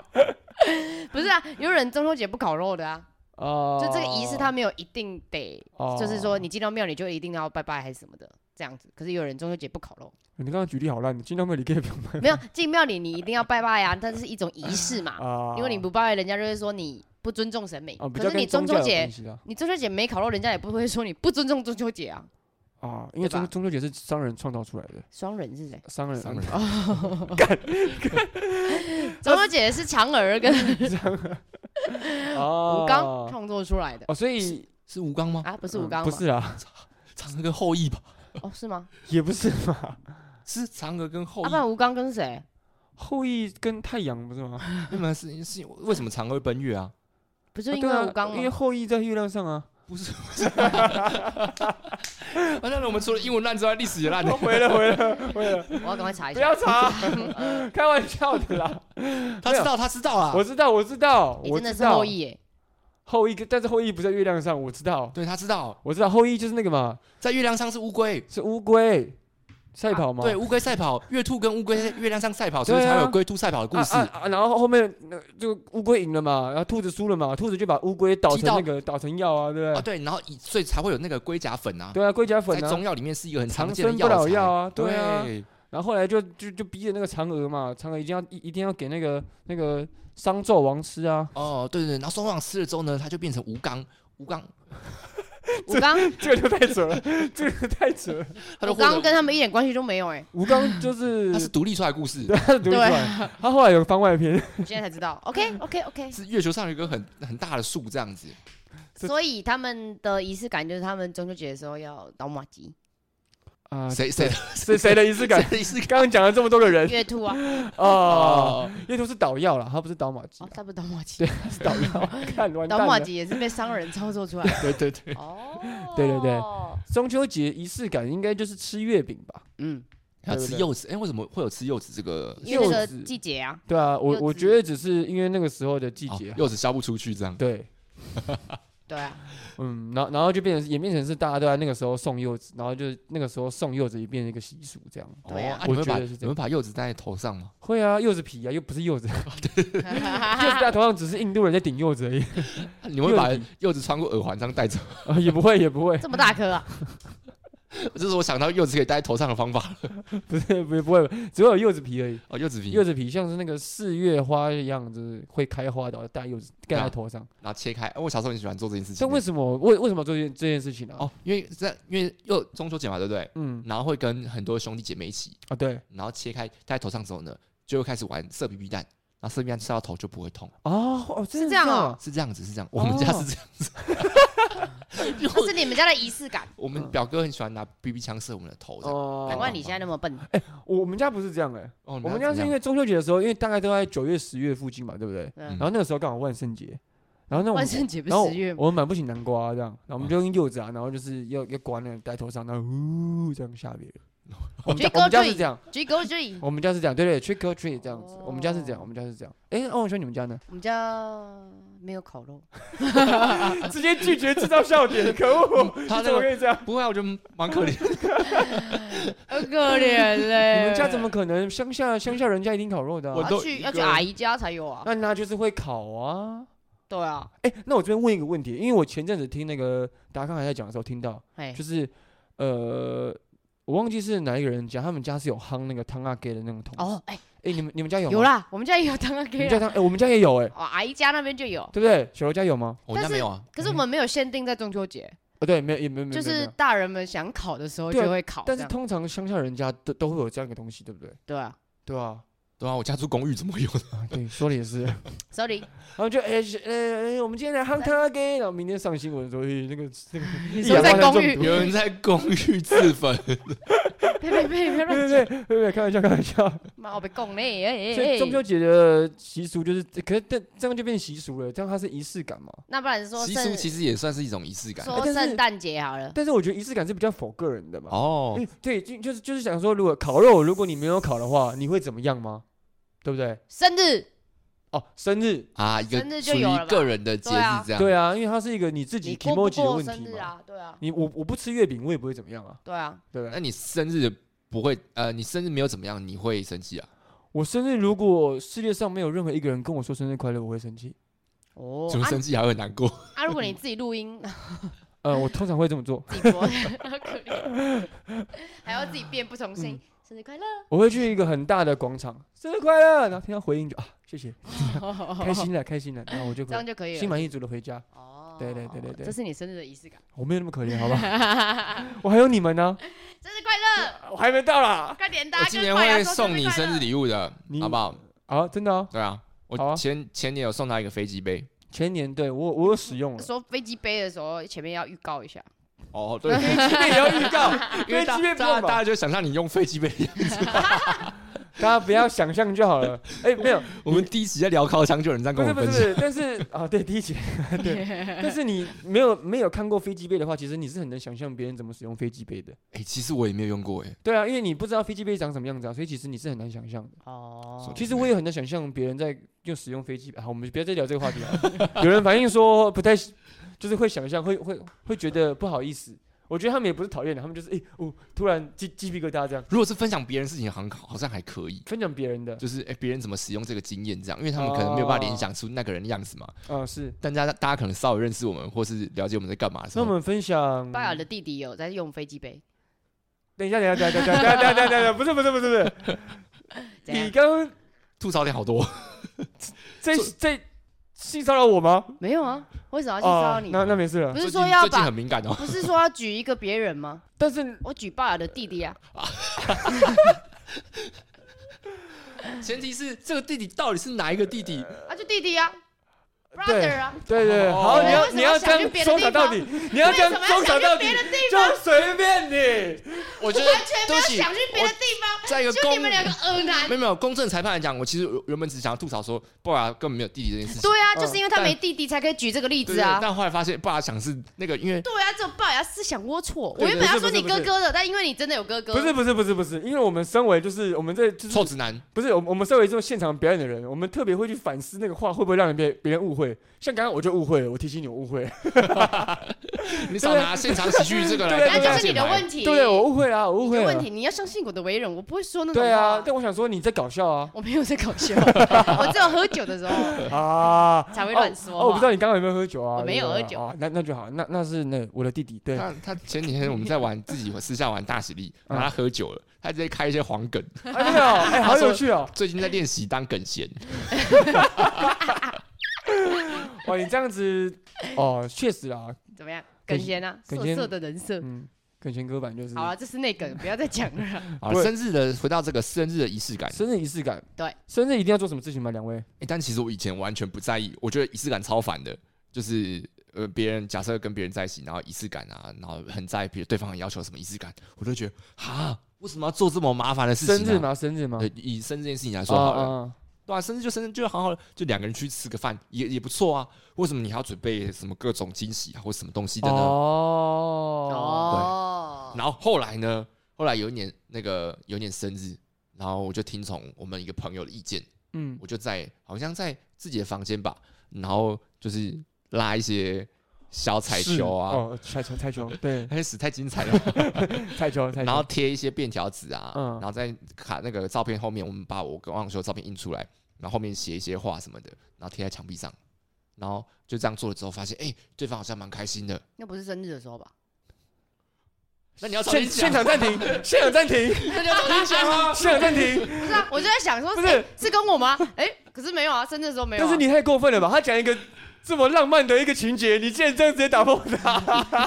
S1: 不是啊，有人中秋节不烤肉的啊，
S4: 哦，
S1: 就这个仪式他没有一定得，
S4: 哦，
S1: 就是说你进到庙里就一定要拜拜还是什么的这样子，可是有人中秋节不烤 肉，
S4: 你刚刚举例好烂，你进到庙里可以不用
S1: 没有进庙里你一定要拜拜啊，但是一种仪式嘛，
S4: 啊，
S1: 因为你不拜，人家就会说你不尊重神明。
S4: 啊，比
S1: 可
S4: 较
S1: 是你
S4: 跟
S1: 中
S4: 教
S1: 秋
S4: 有
S1: 节
S4: 关，系的
S1: 你中秋节没烤肉，人家也不会说你不尊重中秋节啊。
S4: 啊，因为
S1: 对吧
S4: 中中秋节是商人创造出来的，
S1: 双人 是谁？
S4: 商人
S3: 商人
S1: 中秋节是嫦娥跟
S4: 哦，
S1: 吴刚创作出来的
S4: 哦，所以
S3: 是吴刚吗？
S1: 啊，不是吴
S4: 嗯
S1: 刚
S4: 不
S1: 吗？
S4: 是啊，
S3: 嫦娥跟后羿吧？
S1: 哦，是吗？
S4: 也不是嘛，
S3: 是嫦娥跟
S4: 哦
S3: 后
S1: 啊，
S3: 羿
S1: 不然吴刚跟谁？
S4: 后羿跟太阳不是吗？
S3: 那么是是为什么嫦娥会奔月 啊？
S1: 不是
S4: 啊
S1: 因
S4: 对
S1: 为
S4: 啊
S1: 吴刚
S4: 因为
S1: 吗？
S4: 后羿在月亮上啊。
S3: 不是，完蛋啊了！我们除了英文烂之外，历史也
S1: 哦
S3: 烂了。
S4: 回了回了回了，
S1: 我要赶快查一
S4: 不
S1: 下。 呃
S4: 要查，开玩笑的啦。
S3: 他知道，他知道
S4: 我
S3: 啊，
S4: 知道我知道，
S1: 你
S4: 我
S1: 真的
S4: 知
S1: 是
S4: 道
S1: 后羿哎，
S4: 后羿，但是后羿不在月亮上，我知道
S3: 对他知道，
S4: 我知道后羿就是那个嘛，
S3: 在月亮上是乌龟，
S4: 是乌龟赛跑嘛。啊
S3: 对，乌龟赛跑，月兔跟乌龟在月亮上赛跑，所以才会有龟兔赛跑的故事
S4: 啊。啊啊然后后面那个就乌龟赢了嘛，然后兔子输了嘛，兔子就把乌龟捣
S3: 击
S4: 成
S3: 到
S4: 那个捣成药啊，对不
S3: 啊，
S4: 对？
S3: 对，然后以所以才会有那个龟甲粉啊，
S4: 对啊，龟甲
S3: 在
S4: 粉啊
S3: 中，药里面是一个很常
S4: 长
S3: 见的
S4: 生不
S3: 药
S4: 老药
S3: 材。
S4: 啊，对啊。然后后来就就就逼着那个嫦娥嘛，嫦娥一定要一一定要给那个那个商纣王吃啊，
S3: 哦，对对对，然后双王吃了之后呢，他就变成吴刚，吴刚
S1: 吴刚，
S4: 这个就太扯了，这个太扯了。
S3: 他就
S1: 吴
S3: 获
S1: 刚
S3: 得，
S1: 跟他们一点关系都没有哎，
S4: 吴刚就是
S3: 他是独立出来的故事，
S4: 对，他是独立出来，他后来有番外篇，
S1: 我现在才知 道。OK OK OK，
S3: 是月球上有一棵很很大的树这样子。
S4: 这
S1: 所以他们的仪式感就是他们中秋节的时候要倒马鸡、
S4: 啊，
S3: 谁谁
S4: 谁谁的仪式感？
S3: 谁是
S4: 刚刚讲了这么多 个人
S1: 月 兔啊，
S4: 啊，
S3: 哦，
S4: 月兔是捣药了，他不是倒马鸡
S1: 哦，，他不是倒马鸡，
S4: 他是捣药， 看完蛋
S1: 倒马
S4: 了。
S1: 鸡也是被商人操作出 来的。
S3: 对对对，
S1: 哦，
S4: 对对对，中秋节仪式感应该就是吃月饼吧？
S1: 嗯，
S3: 要
S4: 对
S3: 吃
S4: 对
S3: 柚子，哎，为什么会有吃柚子这个？
S1: 因为这
S4: 柚
S1: 个
S4: 子
S1: 季节啊，
S4: 对啊，
S1: 柚
S4: 我
S1: 子
S4: 我觉得只是因为那个时候的季
S3: 哦
S4: 节，啊
S3: 柚子销不出去这样。
S4: 对，
S1: 对啊，
S4: 嗯，然后然后就变成演变成是大家都在那个时候送柚子，然后就是那个时候送柚子也变成一个习俗，这样
S3: 哦
S1: 对啊
S3: 啊你们
S4: 我觉
S3: 把
S4: 得是这样
S3: 你们把柚子戴在头上吗？
S4: 会啊，柚子皮啊，又不是柚子， 柚子在头上只是印度人在顶柚子而已，
S3: 啊你们会把柚子穿过耳环这样戴着？
S4: 啊也不会也不会，
S1: 这么大颗 啊，
S3: 这是我想到柚子可以戴在头上的方法
S4: 不是不不会，只会有柚子皮而已。
S3: 哦，柚子皮，
S4: 柚子皮像是那个四月花一样，就是会开花的，戴柚子盖
S3: 啊
S4: 在头上。
S3: 然后切开。哎我小时候很喜欢做这件事情欸
S4: 但。为什么为为什么做这件这件事情呢、啊
S3: 哦，因为在因为又中秋节嘛，对不对？
S4: 嗯
S3: 然后会跟很多兄弟姐妹一起，
S4: 啊对
S3: 然后切开戴在头上之后呢，就会开始玩射 BB 弹，然后射 BB 弹射到头就不会痛，
S4: 哦哦真的
S1: 是这样哦
S4: 啊
S3: 是这样子，是这样。我们
S4: 哦
S3: 家是这样子，因
S1: 这
S3: 为
S1: 是你们家的仪式感。
S3: 我
S4: 嗯
S3: 们表哥很喜欢拿 BB 枪射我们的头这样。啊
S4: 哦
S1: 难怪你现在那么笨，
S4: 我我们家不是这样哎、
S3: 哦，
S4: 我
S3: 你
S4: 们
S3: 要
S4: 家
S3: 怎
S4: 是
S3: 么
S4: 因
S3: 样
S4: 为中秋节的时候，因为大概都在九月十月附近嘛，对不对？
S1: 嗯
S4: 然后那个时候刚好万圣节，然哦后那我
S1: 万
S4: 们
S1: 圣节不
S4: 然后
S1: 是十月吗？
S4: 我们买不起南瓜、这样，然后我们就用柚子啊，然后就是要要刮那个戴头上，然后呜这样吓别人。我们家
S1: 追
S4: 我们家
S1: 高追
S4: 是这样，
S1: 追狗追，
S4: 我们家是这样，对对，trick or treat 这样子，
S1: 哦
S4: 我们家是这样，我们家是这样。哎，欧文轩，你们家 呢？
S1: 我们家没有烤肉，
S4: 直接拒绝制造笑点，可 恶！
S3: 他
S4: 你
S3: 那个
S4: 以这样？
S3: 不会啊，我觉得蛮可 怜。
S1: 很可怜嘞
S4: 你们家怎么？可能？乡下乡下人家一定烤肉的啊、
S3: 我
S1: 要
S3: 都
S1: 去
S3: 一
S1: 要去
S3: 个人
S1: 阿姨家才有啊。
S4: 那那就是会烤啊。
S1: 对啊，
S4: 哎，那我这边问一个问题，因为我前阵子听那个达康还在讲的时候听到，
S1: 哎
S4: 就，是呃，我忘记是哪一个人讲，他们家是有夯那个汤阿给的那种桶。
S1: 哦，哎，
S4: 哎、你们你们家有吗？
S1: 有，啦，我们家也有当阿
S4: 你
S1: K
S4: 们家
S1: 啦，
S4: 汤哎、我们家也有哎、
S1: 哦，阿姨家那边就有，
S4: 对不对？小柔家有吗？
S3: 我们
S1: 但
S3: 家
S1: 是
S3: 没有啊，
S1: 可是我们没有限定在中秋节，
S4: 哦，嗯对，没有，也没有，没
S1: 就
S4: 有，没有
S1: 是
S4: 没有
S1: 大人们想烤的时候就
S4: 对啊
S1: 会烤这
S4: 但是
S1: 样，
S4: 通常乡下人家都都会有这样一个东西，对不对？
S1: 对啊
S4: 对啊，
S3: 对啊，我家住公寓怎么会有呢？
S4: 啊对，说的也是。然
S1: ，sorry，
S4: 后就哎是呃，我们今天来夯汤阿给，然后明天上新闻说，哎，那个那个
S1: 你
S4: 一
S1: 说
S4: 氧
S1: 在
S4: 化碳
S1: 公
S4: 中
S1: 寓
S4: 毒，
S3: 有人在公寓自焚，
S1: 呸呸呸，不要
S4: 对
S1: 乱
S4: 对
S1: 讲，
S4: 对对对，开玩笑开玩笑。
S1: 妈我被供嘞，哎
S4: 所以
S1: 哎
S4: 中秋
S1: 哎。
S4: 节的习俗就是，可是但这样就变习俗了，这样它是仪式感嘛。
S1: 那不然说
S3: 习俗其
S1: 圣
S3: 实也算是一种仪式感
S1: 说
S4: 但是
S1: 圣诞节好了，
S4: 但是我觉得仪式感是比较否个人的嘛。
S3: 哦
S4: 因。为对，就就是就是想说，如果烤肉，如果你没有烤的话，你会怎么样吗？对不对？
S1: 生日
S4: 哦，生日，
S3: 啊，一个
S1: 生日就
S3: 属于
S1: 有了吧
S3: 个人的节
S1: 对啊
S3: 日这样。
S4: 对啊，因为它是一个你自己
S1: 你过
S4: e m
S1: 不
S4: o 的
S1: 过
S4: 问
S1: 生
S4: 题
S1: 日
S4: 嘛。
S1: 啊？对啊，
S4: 你我我不吃月饼，我也不会怎么样啊，
S1: 对啊，
S4: 对不
S3: 那
S4: 对？
S3: 你生日不会呃，你生日没有怎么样，你会生气啊？
S4: 我生日如果世界上没有任何一个人跟我说生日快乐，我会生气。
S1: 哦
S3: 怎么生气还会很难过？
S1: 啊啊！如果你自己录音，
S4: 呃，我通常会这么做，
S1: 自己播， 好可怜，还要自己变不重
S3: 嗯
S1: 新。生日快乐！
S4: 我会去一个很大的广场，生日快乐，然后听到回应就啊，谢 谢，开心了，开心了，然后我就
S1: 这
S4: 可
S1: 样
S4: 以
S1: 就可以
S4: 心
S1: 了。
S4: 满意足的回家。
S1: 哦
S4: 对对对对对
S1: 这是你生日的仪 式感。
S4: 我没有那么可怜，好吧？
S1: 生
S4: 我还有你们呢，
S1: 日快乐！
S4: 我还没到啦。
S1: 快点，大
S3: 我
S1: 家
S3: 今
S1: 跟
S3: 年
S1: 快啊
S3: 会
S1: 乐说
S3: 送你
S1: 日快乐
S3: 生日礼物的
S4: 你，
S3: 好不好？
S4: 啊，真的啊，
S3: 对啊，
S4: 好啊
S3: 我前前年有送他一个飞机杯。
S4: 前年对我我有使 用了，
S1: 说飞机杯的时候，前面要预告一下。
S3: 哦，对，
S4: 前面也要预 告，
S3: 因为
S4: 飞
S3: 大
S4: 机
S3: 大
S4: 杯不用
S3: 家
S4: 吧
S3: 大家就想象你用飞机杯。
S4: 大家不要想象就 好了。哎，没有，
S3: 我们第一集在聊靠枪，就有人在
S4: 不
S3: 跟我
S4: 是不
S3: 们
S4: 是，不
S3: 分享。
S4: 是，但是 啊，对，第一节，对， 但是你没有没有看过飞机杯的话，其实你是很难想象别人怎么使用飞机杯的。
S3: 哎，其实我也没有用过哎，
S4: 对啊，因为你不知道飞机杯长什么样子啊，所以其实你是很难想象的。
S1: 哦
S3: 说
S4: 其实我也很难想象别人在用使用飞机杯。啊，我们不要再聊这个话题了。有人反映说不太，就是会想象，会会会觉得不好意思。我觉得他们也不是讨厌的，他们就是哎、哦，突然鸡鸡皮疙瘩这样
S3: 如果是分享别人事情，好像好像还可以。
S4: 分享别人的，
S3: 就是哎，别人怎么使用这个经验这样，因为他们可能没有办法联想出那个人的样子嘛。
S4: 啊、是。
S3: 但大家大家可能稍微认识我们，或是了解我们在干嘛的时
S4: 那我
S3: 候，
S4: 们分享，
S1: 龅牙的弟弟有在用飞机杯，
S4: 等一下，等一下，等一下，等一下，等一下，等一下，等一下，不是，不是，不是，不是，
S1: 怎
S4: 你
S1: 样？
S4: 刚刚
S3: 吐槽点好多。
S4: 在在性骚扰我吗？
S1: 没有啊，为什么要去骚
S4: 哦，
S1: 扰你？
S4: 那那没事了
S1: 不。是
S3: 最
S1: 说
S3: 近
S1: 要
S3: 最近
S1: 把
S3: 很，敏 感哦。
S1: 不是说要举一个别人吗？
S4: 但是
S1: 我举龅牙的弟弟啊，
S3: 前提是这个弟弟到底是哪一个弟弟？
S1: 啊就弟弟啊，brother 啊，
S4: 对对，
S3: 哦
S4: 好，你要
S1: 为什么
S4: 你要
S1: 要
S4: 这
S1: 想去
S4: 样
S1: 别的
S4: 装
S1: 地
S4: 傻到
S1: 方
S4: 底，你要这样
S1: 为什么要
S4: 装
S1: 想
S4: 傻
S1: 去
S4: 到底
S1: 别，的地
S4: 就随便你。
S3: 我觉得
S1: 完全没
S3: 对
S1: 有
S3: 不起
S1: 想去别的地方，
S3: 在一 个
S1: 就
S3: 公
S1: 你们两个恶男
S3: 没。有没有公正裁判来讲，我其实原本只想要吐槽说，布拉根本没有弟弟这件事情。
S1: 对啊，
S4: 嗯
S1: 就是因为他
S3: 但
S1: 没弟弟才可以举这个例
S3: 对
S1: 子啊。
S3: 但后来发现布拉想是那个，因为
S1: 对啊，这种龅牙思想龌龊。
S4: 对
S1: 我原本要说你
S4: 不是
S1: 哥
S4: 不是
S1: 哥的，但因为你真的有哥哥，
S4: 不是不是不是不是，因为我们身为就是我们这就是
S3: 臭直男，
S4: 不是我们我们身为这种现场表演的人，我们特别会去反思那个话会不会让人别别人误会。像刚刚我就误会了，我提醒你我误会了，
S3: 你少拿现场喜剧这个来
S4: 对
S3: 当
S1: 那
S4: 对
S1: 就是你
S3: 键
S1: 的
S3: 盘
S1: 问题。
S4: 对我误会啦，我误
S1: 你
S4: 会
S1: 的
S4: 了。
S1: 问题，你要相信我的为人，我不会说那种话。
S4: 对啊，但我想说你在搞笑啊
S1: 我没有在搞 笑，我只有喝酒的时候
S4: 啊！
S1: 才会乱说话。
S4: 哦，我不知道你刚刚有没有喝酒啊？
S1: 我没有喝酒
S4: 啊，那那就好，那那是那我的弟弟， 对，哎
S3: 他他前几天我们在玩自己私下玩大喜力，
S4: 嗯
S3: 然后他喝酒了，他直接开一些黄梗，
S4: 啊真的哦，哎，好有趣哦！
S3: 最近在练习当梗贤。
S4: 哇，你这样子，哦，确实啦，
S1: 怎么样，
S4: 耿
S1: 耿贤啊，
S4: 耿
S1: 色
S4: 贤
S1: 色的人设。
S4: 嗯，跟前科版就是
S1: 好了，啊这是内梗，不要再讲了。
S3: 啊
S4: 不，会
S3: 生日的回到这个生日的仪式感，
S4: 生日仪式感，
S1: 对，
S4: 生日一定要做什么事情吗？两位？
S3: 欸，但其实我以前完全不在意，我觉得仪式感超烦的，就是呃，别人假设跟别人在一起，然后仪式感啊，然后很在意别对方要求什么仪式感，我就觉得哈，为什么要做这么麻烦的事情、啊？
S4: 生日？吗？生日吗？
S3: 对，以生日这件事情来
S4: 啊
S3: 说好了，
S4: 啊
S3: 对啊，生日就生日就好好了，就两个人去吃个饭也也不错啊。为什么你还要准备什么各种惊喜啊，或什么东西的呢？
S4: 哦
S1: 哦，
S3: 然后后来呢，后来有一年那个有一年生日，然后我就听从我们一个朋友的意见，
S4: 嗯，
S3: 我就在好像在自己的房间吧，然后就是拉一些小彩
S4: 是
S3: 球啊，
S4: 哦，彩球，彩球，对，
S3: 开始太精彩了。
S4: 彩球，彩球，
S3: 然后贴一些便条纸啊，
S4: 嗯
S3: 然后在卡那个照片后面，我们把我跟汪修照片印出来，然后后面写一些话什么的，然后贴在墙壁上。然后就这样做了之后，发现哎、对方好像蛮开心的。
S1: 那不是生日的时 候吧？
S3: 那你要重
S4: 现
S3: 新
S4: 现
S3: 讲，
S4: 场暂停，现场 暂停，
S3: 那你要重新讲啊！
S4: 现场暂停。
S1: 不是啊，我就在想说，
S4: 不是
S1: 哎，是跟我吗？哎，可是没有啊，生日的时候没有啊。
S4: 但是你太过分了吧？他讲一个这么浪漫的一个情节，你竟然这样直接打破他。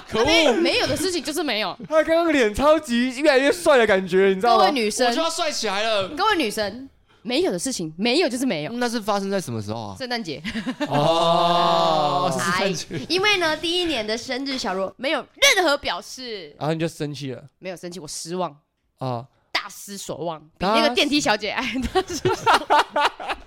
S3: 可
S1: 啊没
S3: 恶，
S1: 没有的事情就是没有。
S4: 他刚刚脸超级越来越帅的感觉，你知道
S1: 各位
S4: 吗？
S1: 女
S3: 我
S1: 生
S3: 就，要帅起来了。
S1: 各位女生，没有的事情没有就是没有。
S3: 那是发生在什么时候啊？
S1: 圣诞节，
S3: 哦，
S1: 是哎
S3: 是
S1: 因为呢，第一年的生日小罗没有任何表示，
S4: 然后你就生气了，
S1: 没有生气，我失望。
S4: 啊，
S1: 大失所望，比
S4: 大
S1: 那个
S4: 失
S1: 电梯小姐还大失所望。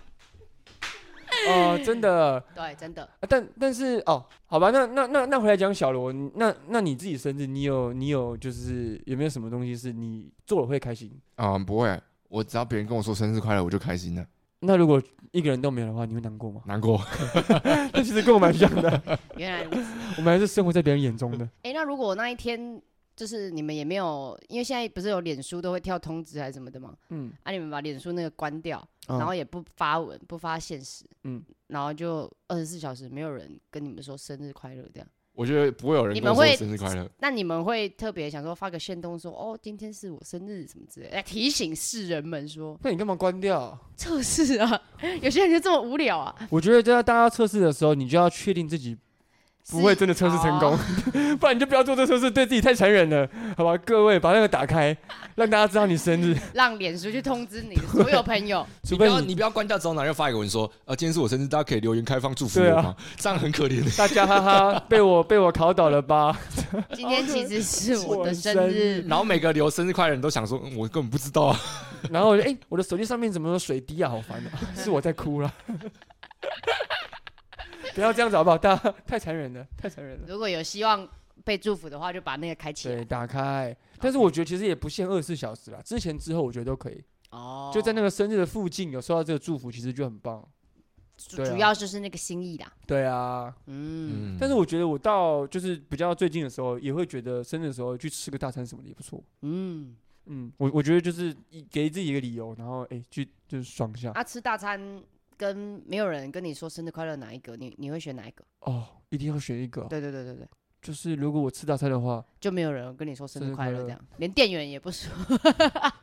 S4: 哦，真的，
S1: 对，真的。
S4: 啊但但是哦，好吧，那那那那回来讲小罗，你那那你自己生日，你有你有就是有没有什么东西是你做了会开心？
S3: 啊、不会，我只要别人跟我说生日快乐，我就开心了，？
S4: 那如果一个人都没有的话，你会难过吗
S3: 难过。
S4: 那其实跟我蛮像的，
S1: 原来如此。
S4: 我们还是生活在别人眼 中的。
S1: 哎、那如果那一天就是你们也没有，因为现在不是有脸书都会跳通知还是什么的吗？
S4: 嗯，
S1: 啊，你们把脸书那个关掉，
S4: 啊
S1: 然后也不发文，不发现实，
S4: 嗯
S1: 嗯，然后就二十四小时没有人跟你们说生日快乐这样。
S3: 我觉得不会有人
S1: 你
S3: 跟我
S1: 们
S3: 说
S1: 会
S3: 生日快乐，
S1: 那你们会特别想说发个炫动说哦，今天是我生日什么之类的，来提醒世人们说
S4: 那你干嘛关掉？
S1: 测试啊， 有些人就这么无聊啊，
S4: 我觉得在大家测试的时候，你就要确定自己不
S1: 是
S4: 会
S1: 啊
S4: 真的测试成功， 不然你就不要做这测试，对自己太残忍了，好吧？各位把那个打开，让大家知道你生日，
S1: 让脸书去通知你的所有朋 友，
S4: 除
S3: 不
S4: 非
S3: 要
S4: 你
S3: 你不要关掉之后，然后又发一个文说，呃，今天是我生日，大家可以留言开放祝福
S4: 对
S3: 我
S4: 啊
S3: 吗？这样很可怜。
S4: 大家哈哈，被我被我考倒了吧？
S1: 今天其实是我的
S4: 是我
S1: 生
S4: 的生日
S1: 日，
S3: 然后每个留生日快乐的人都想说，嗯我根本不知道啊。
S4: 然后我就哎、我的手机上面怎么有水滴啊？好烦 啊！是我在哭了。 不要这样子好不好？大家太残忍了，太残忍了。
S1: 如果有希望被祝福的话，就把那个开啊起来
S4: 对，。打开。但是我觉得其实也不限二十四小时啦，之前之后我觉得都可以。
S1: 哦，
S4: 就在那个生日的附近，有收到这个祝福，其实就很棒。
S1: 主
S4: 对啊
S1: 主要就是那个心意啦。
S4: 对啊，
S1: 嗯，
S3: 嗯，
S4: 但是我觉得我到就是比较最近的时候，也会觉得生日的时候去吃个大餐什么的也不错。
S1: 嗯，
S4: 嗯，我我觉得就是一给自己一个理由，然后哎、去就是爽一下。
S1: 啊，吃大餐跟没有人跟你说生日快乐哪一个，你你会选哪一个？
S4: 哦，一定要选一个啊，
S1: 对对对对对，
S4: 就是如果我吃大餐的话，
S1: 就没有人跟你说生
S4: 生
S1: 日
S4: 日
S1: 快
S4: 快
S1: 乐
S4: 乐
S1: 这样，连店员也不说。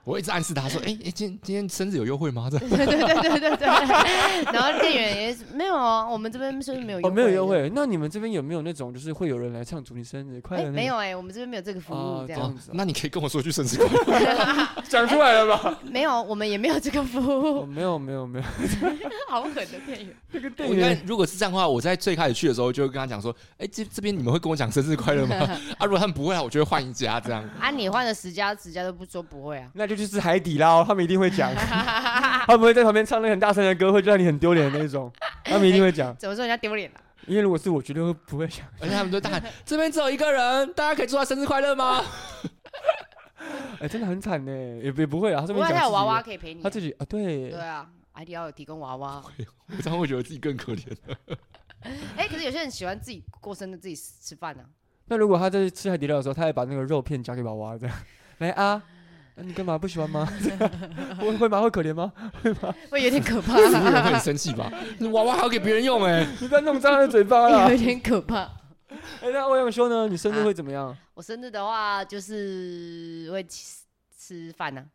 S3: 我一直暗示他说，哎、哎，今天今天生日有优惠吗？这样
S1: 对对 对对对对，然后店员也是没有啊，我们这边是不是没有
S4: 哦，没有优。惠。那你们这边有没有那种，就是会有人来唱祝你生日快
S1: 哎，
S4: 乐？
S1: 没，有哎、我们这边没有这个服务，
S4: 哦
S1: 这
S4: 这
S1: 样、
S3: 哦
S4: 样子啊
S3: 那你可以跟我说一句生日快乐。
S4: 讲出来了吧？
S1: 没有，我们也没有这个服
S4: 哦，
S1: 务，
S4: 没有，没有，没有。
S1: 好狠的店员。
S4: 那个
S3: 我
S4: 店
S3: 应该
S4: 员，
S3: 如果是这样的话，我在最开始去的时候就会跟他讲说，哎、这这边你们会跟我讲生日快乐 吗？啊，如果他们不会啊，我就会换一家这样。
S1: 啊，你换了十家，十家都不说不会啊。
S4: 那就去吃海底捞，他们一定会 讲，他们会在旁边唱那个很大声的歌，会让你很丢脸的那种，他们一定 会讲。
S1: 怎么说人家丢脸啊？
S4: 因为如果是我，绝对会不会讲。
S3: 而且他们就大喊：“这边只有一个人，大家可以祝他生日快乐吗
S4: 哎，真的很惨呢，也也不会啊，他这
S1: 不过
S4: 边讲自
S1: 他
S4: 己
S1: 有娃娃，可以陪你啊、
S4: 他自己啊，对
S1: 对，啊，IDL 有提供娃娃。？”
S3: 我 这样会觉得自己更可 怜。
S1: 哎、可是有些人喜欢自己过生日，自己吃吃饭呢、啊
S4: 那如果他在吃海底捞的时候，他还把那个肉片夹给娃娃这样，来啊，啊你干嘛不喜 欢吗？ 会会吗？会可怜吗？
S1: 会有点可怕，
S3: 服
S4: 啊
S3: 务员会很生气吧？娃娃还要给别人用哎、
S4: 你不要弄脏他的嘴巴啦！
S1: 有点可怕。
S4: 哎，那欧阳修呢？你生日会怎么样？
S1: 我生日的话，就是会吃吃饭啊呢、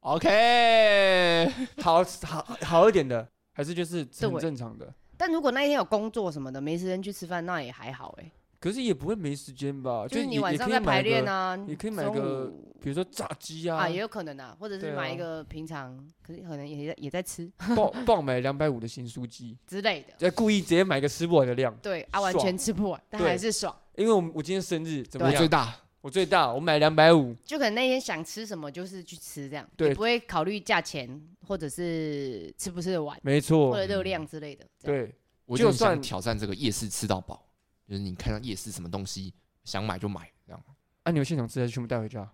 S3: OK，
S4: 好好好一点的，还是就是很
S1: 对
S4: 正常的？
S1: 但如果那一天有工作什么的，没时间去吃饭，那也还好哎、
S4: 可是也不会没时间吧？
S1: 就是你
S4: 也
S1: 晚
S4: 也
S1: 上
S4: 可以
S1: 在
S4: 买
S1: 排练
S4: 个，
S1: 啊，
S4: 也可以买个
S1: 中午
S4: 比如说炸鸡啊
S1: 啊，，也有可能啊，或者
S4: 对
S1: 是
S4: 啊
S1: 买一个平常，可是可能也在也在吃
S4: 爆爆买两百五的新书鸡，
S1: 之类的。
S4: 再故意直接买个吃不完的量，
S1: 对啊，完
S4: 爽
S1: 全吃不完，但
S4: 对
S1: 还是爽。
S4: 因为我我今天生日怎么
S3: 我
S4: 样
S1: 啊
S3: 最？大，
S4: 我最大，我买两百五，
S1: 就可能那天想吃什么就是去吃这样，
S4: 对
S1: 也不会考虑价钱或者是吃不吃得完
S4: 没
S1: 或
S4: 错
S1: 者，热量之类的。这样，
S4: 哦嗯对，
S3: 我
S4: 就
S3: 就想
S4: 算
S3: 挑战这个夜市吃到饱，就是你看到夜市什么东西想买就买，这样
S4: 啊，你们现场吃还是全部带回家？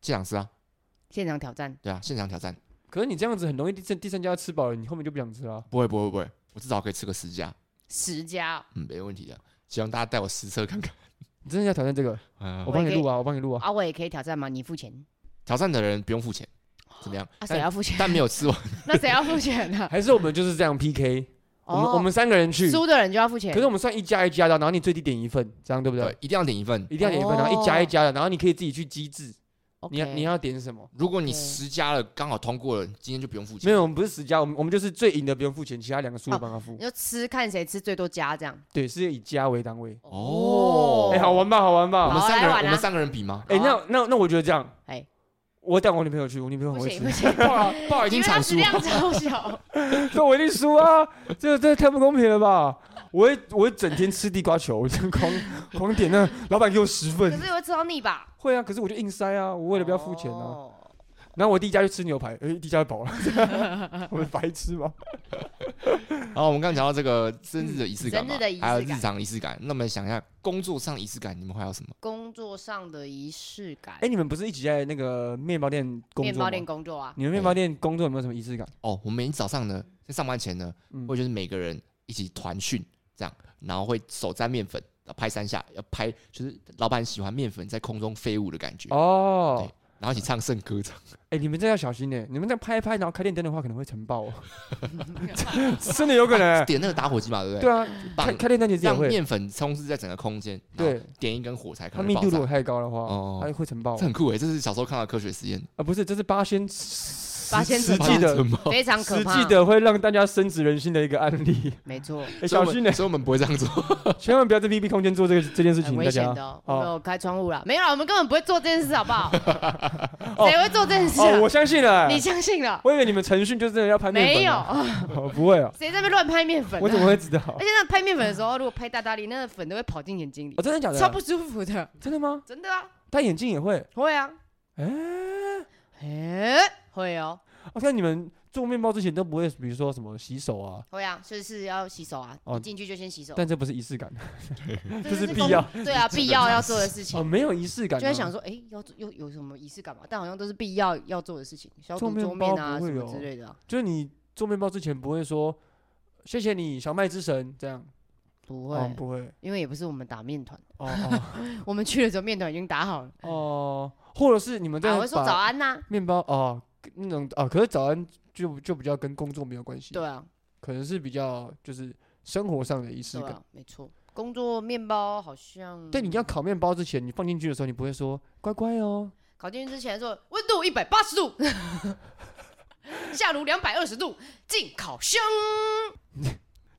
S3: 现场吃啊，
S1: 现场挑战，
S3: 对啊，现场挑战，
S4: 可是你这样子很容易第三第三家吃饱了，你后面就不想吃了。
S3: 不会不会不会，我至少可以吃个十家，
S1: 十家哦、
S3: 嗯，没问题的。希望大家带我实测看看。
S4: 你真的要挑战这个？
S3: 啊
S4: 我
S1: 也
S4: 帮你
S1: 可以
S4: 录啊，我帮你录啊。
S1: 啊，我也可以挑战吗？你付钱
S3: 挑战的人不用付钱，怎么样？
S4: 哎
S1: 啊？谁
S3: 但
S1: 要付钱？
S3: 但没有 吃完，
S1: 那谁要付钱呢、
S4: 还是我们就是这样 PK，我们
S1: 啊哦，
S4: 我们三个人去，
S1: 输的人就要付钱。
S4: 可是我们算一家一家的，然后你最低点一份，这样对不对
S3: 对？，一定要点一份。
S4: 一定要点一份，然后一家一家的，然后你可以自己去机制，你要
S1: OK
S4: 你要点什么？
S3: 如果你
S1: OK
S3: 十家了，刚好通过了，今天就不用付钱。
S4: 没有，我们不是十家，我们我们就是最赢的不用付钱，其他两个输的帮他付
S1: 你。就吃看谁吃最多家这样。
S4: 对，是以家为单位。
S3: 哦
S4: 哎，好玩吧，好玩
S3: 我
S4: 吧
S3: 们。
S1: 好
S3: 三
S1: 来
S3: 个人，
S1: 玩
S3: 我
S1: 啊
S3: 们三个人比吗？
S4: 哎，
S1: 好啊
S4: 那那那我觉得这样，
S1: 哎，
S4: 我带我女朋友去，我女朋友很
S1: 不
S4: 会
S1: 行
S4: 吃
S1: 不，行，
S3: 不好，不好，
S1: 哦因
S3: 已经
S1: 为
S3: 阐
S1: 他食
S3: 述。
S1: 量超小。
S4: 所以我一定输啊！这个这个太不公平了吧？我会我会整天吃地瓜球，我就狂 狂点那老板给我十
S1: 可
S4: 份，
S1: 是也会吃到腻吧？
S4: 会啊，可是我就硬塞啊，我为了不要付钱啊。
S1: 哦。
S4: 然后我第一家去吃牛排，哎，第一家就饱了， 我们白痴吗？
S3: 然后我们刚刚讲到这个生日的仪式感
S1: 嗯
S3: 嘛，
S1: 生日的仪式
S3: 还有
S1: 感
S3: 日常仪式感。那么想一下，工作上仪式感，你们还有什么？
S1: 工作上的仪式感。
S4: 哎，你们不是一起在那个面包店工
S1: 面
S4: 作吗
S1: 包？店工作 啊，
S4: 你们面包店工作有没有什么仪式感？
S3: 哦，我们每天早上呢，在上班前呢，
S4: 嗯
S3: 会就是每个人一起团训这样，然后会手沾面粉拍三下，要拍就是老板喜欢面粉在空中飞舞的感觉，
S4: 哦，
S3: 然后一起唱圣歌这样。
S4: 哎，你们这要小心呢，你们这样拍一拍，然后开电灯的话可能会尘 爆哦，真的有可能欸。
S3: 点那个打火机嘛，对不对？
S4: 对啊，
S3: 棒
S4: 开开电灯其实也
S3: 让
S4: 会，
S3: 面粉充斥在整个空间，然后
S4: 对，
S3: 点一根火柴，
S4: 它
S3: 可能
S4: 密度
S3: 爆
S4: 如果
S3: 炸。
S4: 太高的话，
S3: 哦
S4: 它会尘爆
S3: 这。很酷诶，这是小时候看到的科学实验，
S4: 啊，不是，这是八仙
S1: 八仙
S4: 实
S1: 城
S4: 际的
S3: 怎么？
S1: 非常可
S4: 哦实
S1: 怕。
S4: 际的会让大家深植人心的一个案例。
S1: 没错，
S4: 哎，小心呢，
S3: 所以我们不会这样做。
S4: 千万不要在 B B 空间做这个这件事
S1: 很
S4: 情，
S1: 危
S4: 大
S1: 险
S4: 家
S1: 的哦。我没
S4: 哦
S1: 有开窗户啦，没有啦，我们根本不会做这件事，好不 好？谁会做这件事啊
S4: 哦，？我相信了
S1: 你。相信了？
S4: 我以为你们腾讯就是真的要拍面粉，
S1: 没有，，
S4: 哦不会哦，
S1: 谁在那边乱拍面粉啊？
S4: 我怎么会知道？
S1: 而且那拍面粉的时候，如果拍大大力，那个粉都会跑进眼睛里
S4: 哦，，真的假的？
S1: 超不舒服的。
S4: 真的吗？
S1: 真的啊，
S4: 戴眼镜也会？
S1: 会啊，
S4: 哎，
S1: 哎，会哦，
S4: 我看你们做面包之前都不会，比如说什么洗手啊，
S1: 会啊，就是要洗手啊，
S4: 哦
S1: 一进去就先洗手，
S4: 但这不是仪式感
S1: 这
S4: 这是
S1: 公
S4: 必要，
S1: 对 啊，必要要做的事情
S4: 哦，。没有仪式感啊。
S1: 就会想说，哎、要做又有什么仪式感嘛？但好像都是必要要做的事情，消
S4: 做
S1: 毒
S4: 面
S1: 桌面
S4: 包
S1: 啊
S4: 不
S1: 什
S4: 会哦
S1: 么
S4: 有
S1: 之类的啊、
S4: 就是你做面包之前不会说谢谢你小麦之神这样，
S1: 不会，
S4: 哦不会，
S1: 因为也不是我们打面团，
S4: 哦哦
S1: 我们去的时候面团已经打好了。
S4: 哦，或者是你们在
S1: 啊，我会说
S4: 把
S1: 早安呐、
S4: 面包哦那种哦，可是早安就就比较跟工作没有关系，
S1: 对，啊，
S4: 可能是比较就是生活上的仪式
S1: 对
S4: 感
S1: 啊。，嗯没错。工作面包好像，
S4: 但你要烤面包之前，你放进去的时候，你不会说乖乖哦，
S1: 考进去之前说温度一百八十度， 下炉两百二十度，进烤箱。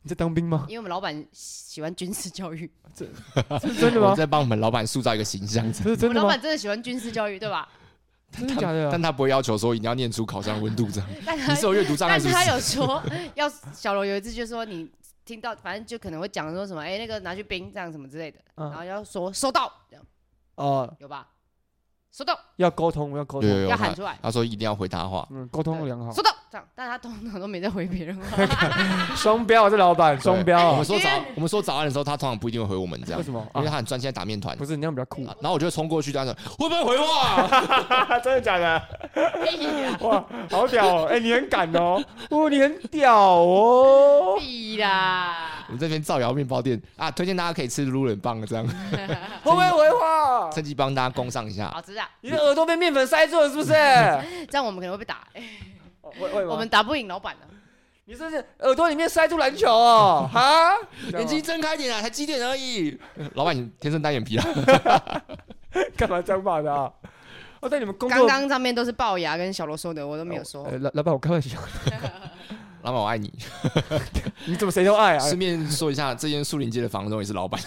S4: 你在当兵吗？
S1: 因为我们老板喜欢军事教育，
S4: 这是真的
S3: 我
S4: 吗
S3: 们？在帮我们老板塑造一个形象，
S4: 这是
S1: 我
S4: 真
S1: 们
S4: 的
S1: 老
S4: 吗
S1: 板？真的喜欢军事教育，对吧？
S4: 真的假的
S3: 但
S4: 啊？
S3: 他不会要求说一定要念出烤箱温度 这样。
S1: 但
S3: 你
S1: 他
S3: 是有阅读障碍
S1: 但
S3: 是
S1: 是
S3: 不
S1: 他
S3: 是？
S1: 有说，要小罗有一次就说你听到，反正就可能会讲说什么，哎、那个拿去冰这样什么之类的，然
S4: 嗯
S1: 后要说收到，这样
S4: 哦，
S1: 有吧？收到，
S4: 要沟通，要沟
S3: 有有
S4: 通，
S3: 有，
S1: 要喊
S3: 他
S1: 出来，
S3: 他说一定要回他话，
S4: 嗯，沟通良好
S1: 收。到，这样，但他通常都没在回别人话，
S4: 双标啊，这老板 双标
S3: 我
S4: 啊
S3: 们？说早，我们说早安的时候，他通常不一定会回我们这
S1: 哎
S3: 样
S4: 为，什么
S3: 因
S4: 啊
S3: 为？他很专心在打面团
S4: 不。是，你那样比较 酷。
S3: 啊然后我就会冲过去，他说会不会回我 啊？
S4: 真的假的？哇，好屌 哦！哎、你很敢哦，哦，你很屌哦。
S1: 屁啦
S3: 我，们这边造谣面包店啊，推荐大家可以吃芦冷棒这样，
S4: 啊会不会回话？
S3: 趁机帮大家攻上一
S4: 啊
S3: 下。
S1: 好知道，
S4: 你的耳朵被面粉塞住了是不 是？哦
S1: 这样我们可能会被打，哎
S4: 会会
S1: 我
S4: 吗
S1: 们？打不赢老板的，
S4: 你是不是耳朵里面塞住篮 球哦？哈？
S3: 眼睛睁开点啊，才几点而 已。老板，你天生单眼皮啊？
S4: 干嘛这样骂的啊？哦，在你们工作
S1: 刚刚上面都是龅牙跟小罗说的，我都没有说
S4: 呃，，老老板，我开玩笑，
S3: 老板，我爱你。
S4: 你怎么谁都爱啊？
S3: 顺便说一下，这间树林街的房东也是老板。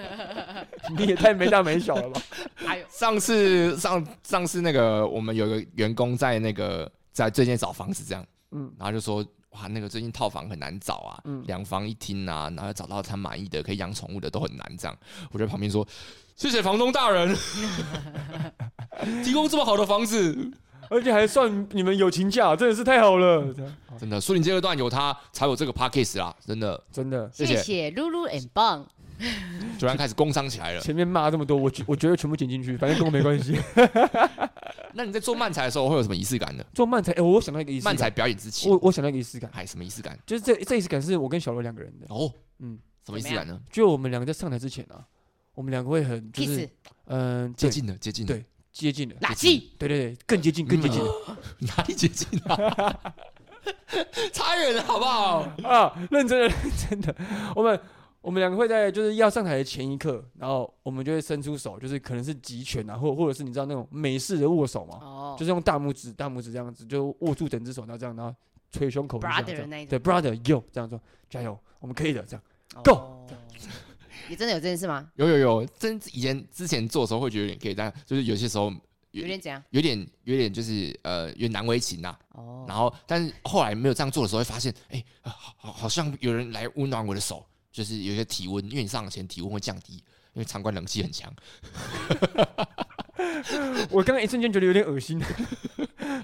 S4: 你也太没大没小了吧？
S1: 哎呦，
S3: 上次上上次那个我们有一个员工在那个在最近找房子这样，
S4: 嗯
S3: 然后就说哇，那个最近套房很难找啊，
S4: 嗯
S3: 两房一厅啊，然后要找到他满意的可以养宠物的都很难这样。我就在旁边说，谢谢房东大 人，提供这么好的房子，
S4: 而且还算你们友情价，真的是太好了，这样好
S3: 真的，树林街二段有他才有这个 p a c k a g e 啦，真的，
S4: 真的。
S3: 谢
S1: 谢
S3: 谢
S1: 谢露露 and 棒，
S3: 突然开始工商起 来了。
S4: 前面骂这么多，我觉我觉得全部剪进去，反正跟我没关 系。
S3: 那你在做漫才的时候会有什么仪式感呢？
S4: 做漫才，哎、我想到一个仪式感
S3: 漫才表演之前，
S4: 我我想到一个仪式感，
S3: 哎，什么仪式感？
S4: 就是这这仪式感是我跟小罗两个人的，
S3: 哦，
S4: 嗯，
S3: 什么仪式感呢？
S4: 就我们两个在上台之前啊，我们两个会很就
S1: 屁
S4: 是
S1: 事，
S4: 嗯、
S3: 接
S4: 对
S3: 近的，接近的
S4: 对，接近的，
S1: 垃圾，
S4: 对对对，更
S3: 嗯
S4: 接近更接近、
S3: 哪里接近 啊？差远了，好不好？
S4: 啊，认真的 认真的，我们我们两个会在就是要上台的前一刻，然后我们就会伸出手，就是可能是集拳啊，或或者是你知道那种美式的握手嘛，
S1: 哦
S4: 就是用大拇指大拇指这样子就握住整只手，然后这样，然后捶胸口一下
S1: ，brother
S4: 这
S1: 的
S4: 样
S1: 那一种
S4: 对。brother yo 这样说，加油，我们可以的这样。Go
S1: 够， 你真的有这件事吗？
S3: 有有有，真以前之前做的时候会觉得有点可以，但就是有些时候有
S1: 有点怎样？
S3: 有点有点就是呃有点难为情呐、
S1: 哦，
S3: 然后，但是后来没有这样做的时候，会发现，哎、呃好好好像有人来温暖我的手，就是有一些体温，因为你上前体温会降低，因为场馆冷气很强。
S4: 我刚刚一瞬间觉得有点恶心，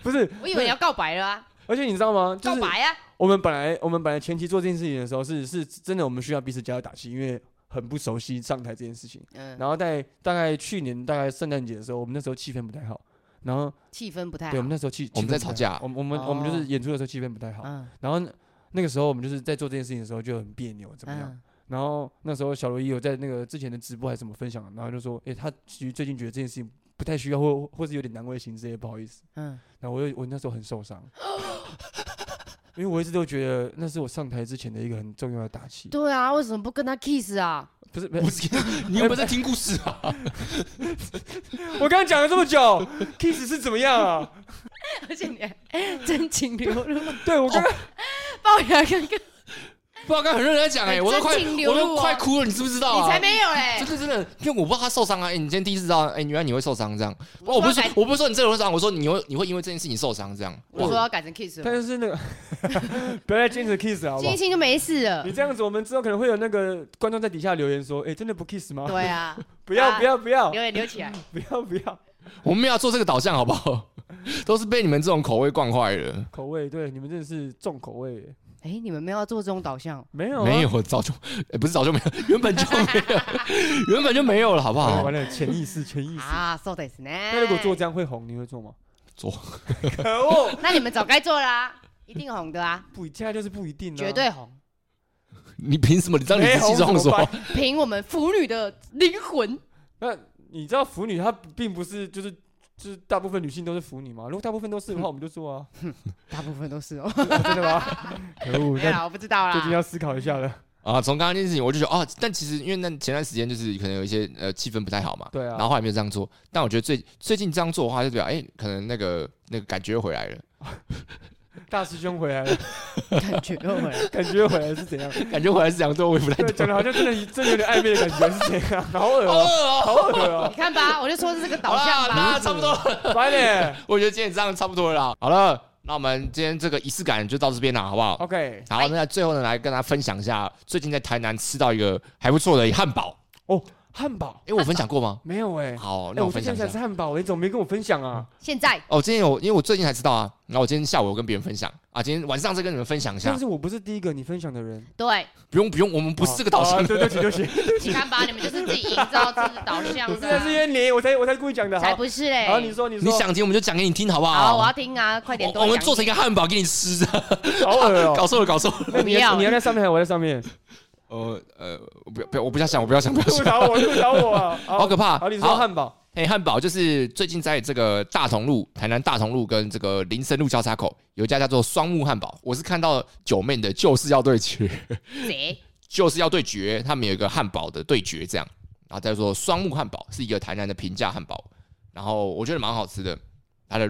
S4: 不是，
S1: 我以为你要告白了啊，
S4: 而且你知道吗？就
S1: 告
S4: 是
S1: 白啊，
S4: 我们本来我们本来前期做这件事情的时候是是真的，我们需要彼此加油打气，因为很不熟悉上台这件事情。
S1: 嗯，
S4: 然后在大概去年大概圣诞节的时候，我们那时候气氛不太好，然后
S1: 气氛不太
S4: 对我
S1: 好
S4: 们，那时候气
S3: 我们
S4: 气
S3: 在
S4: 氛
S3: 吵
S4: 不太
S3: 架
S4: 好我们我们我们就是演出的时候气氛不太好，
S1: 哦嗯
S4: 然后那个时候我们就是在做这件事情的时候就很别扭，怎么样？
S1: 嗯，
S4: 然后那时候小罗也有在那个之前的直播还是什么分享，然后就说，诶，他其实最近觉得这件事情不太需要，或或是有点难为情之类，不好意思。
S1: 嗯，
S4: 然后我又我那时候很受伤，因为我一直都觉得那是我上台之前的一个很重要的打气，
S1: 对啊，为什么不跟他 kiss 啊？
S4: 不是不
S3: 不
S4: 是，
S3: 是，你有没有在听故事啊？
S4: 我刚刚讲了这么久 ，kiss 是怎么样啊？
S1: 而且 你还真情流露，
S4: 对我刚刚
S1: 龅牙哥哥，
S3: 不知道刚很认真在讲哎、
S1: 哎
S3: 我都快
S1: 真情流
S3: 我
S1: 露哦
S3: 都快哭了，你知不知道、啊？
S1: 你才没有 嘞
S3: 真，的真的，因为我不知道他受伤啊！哎、你今天第一次知道，哎、原来你会受伤这样。哇我不是
S1: 我说改
S3: 我不是说你这个人受伤，我说你会你会因为这件事情受伤这样。哦
S1: 我说要改成 kiss，了
S4: 但是那个 不要再坚持 kiss 了好不好
S1: 金？星就没事了
S4: 你。这样子，我们之后可能会有那个观众在底下留言说：“哎、真的不 kiss 吗？”
S1: 对啊，
S4: 不要
S1: 啊
S4: 不要不要
S1: 留也留起 来。
S4: 不要不要，
S3: 我们没有要做这个导向好不好？ 都是被你们这种口味惯坏了。
S4: 口味对你们真的是重口味耶，
S1: 哎，你们没有要做这种导向，
S4: 没有、啊、
S3: 没有，早就、哎不是早就没有，原本就没有， 原本就没有了，好不
S4: 哎
S3: 好？
S4: 完了潜意识潜意识。
S1: 啊，so this 呢？
S4: 那如果做这样会红，你会做吗？
S3: 做，
S4: 可恶，
S1: 那你们早该做啦、一定红的啊，
S4: 不一，现在就是不一定、啊，
S1: 绝对红，
S3: 你凭什么？你让你自
S4: 没
S3: 己
S4: 红怎
S3: 装
S4: 么
S3: 什么？
S4: 办？
S1: 凭我们腐女的灵魂。
S4: 那你知道腐女她并不是就是就是大部分女性都是腐女吗？如果大部分都是的
S1: 嗯
S4: 话，我们就做啊，
S1: 大部分都是哦，
S4: 真 的吗？可恶，
S1: 没有
S4: 那
S1: 啦，我不知道
S4: 最近
S1: 啦。
S4: 要思考一下了。
S3: 啊，从刚刚那件事情，我就觉得哦，但其实因为那前段时间就是可能有一些呃气氛不太好嘛，
S4: 对啊
S3: 然后后来没有这样做，但我觉得最最近这样做的话，就表哎、可能那个那个感觉又回来了，
S4: 大师兄回来了，
S1: 感觉又回来，
S4: 感觉回来是 怎样？
S3: 感觉回来是这样做，我也不太
S4: 对，
S3: 懂。
S4: 讲的好像真的真的有点暧昧的感觉是 怎样？好恶
S3: 好饿
S4: 哦、
S3: 哦
S4: 好恶哦、
S1: 你看吧，我就说是这个
S3: 好
S1: 导
S3: 啦
S1: 向，
S3: 那
S1: 吧。
S3: 差不多了，
S4: 烦嘞。
S3: 我觉得今天这样差不多了啦。好了，那我们今天这个仪式感就到这边了，好不好？
S4: OK，
S3: 好，那最后呢，来跟大家分享一下最近在台南吃到一个还不错的汉堡。
S4: 汉堡
S3: 哎，我分享过 吗？
S4: 没有哎、
S3: 好，
S4: 哎、
S3: 那我
S4: 我
S3: 分
S4: 最
S3: 享
S4: 近
S3: 一
S4: 才
S3: 下
S4: 吃。汉堡，你怎么没跟我分享啊？
S1: 现在
S3: 哦，今天有，因为我最近才知道啊。然后我今天下午有跟别人分享啊，今天晚上再跟你们分享一下
S4: 但。是我不是第一个你分享的人，
S1: 对，
S3: 不用不用，我们不是这个导
S4: 哦
S3: 向
S4: 啊。对对不起对不 起，
S1: 你看吧，你们就是自己营造自己的导 向
S4: 真的是因
S1: 的、
S4: 为你，我才我才故意讲的。
S1: 啊，才
S4: 好，
S1: 不是
S4: 好，你
S1: 嘞。
S4: 说你
S3: 你
S4: 说，
S3: 想听我们就讲给你听，好不
S1: 好，
S3: 好？
S1: 我要听啊，快点
S3: 我
S1: 多
S3: 我
S1: 讲一点。
S3: 们做成一个汉堡给你吃，
S4: 好恶哦、
S3: 搞错了搞错了。
S4: 那你要
S1: 不要
S4: 你要在上面还是我在上面？
S3: 呃呃，我不要不要，我不要想，我不要想，不要
S4: 吐
S3: 想，
S4: 槽我，吐槽我啊！
S3: 好
S4: 好，
S3: 可怕。
S4: 好，你说汉堡，
S3: 哎，汉堡就是最近在这个大同路、台南大同路跟这个林森路交叉口有一家叫做双木汉堡，我是看到九妹的就是要对决，
S1: 谁？
S3: 就是要对决，他们有一个汉堡的对决这样，然后再说双木汉堡是一个台南的平价汉堡，然后我觉得蛮好吃的，它的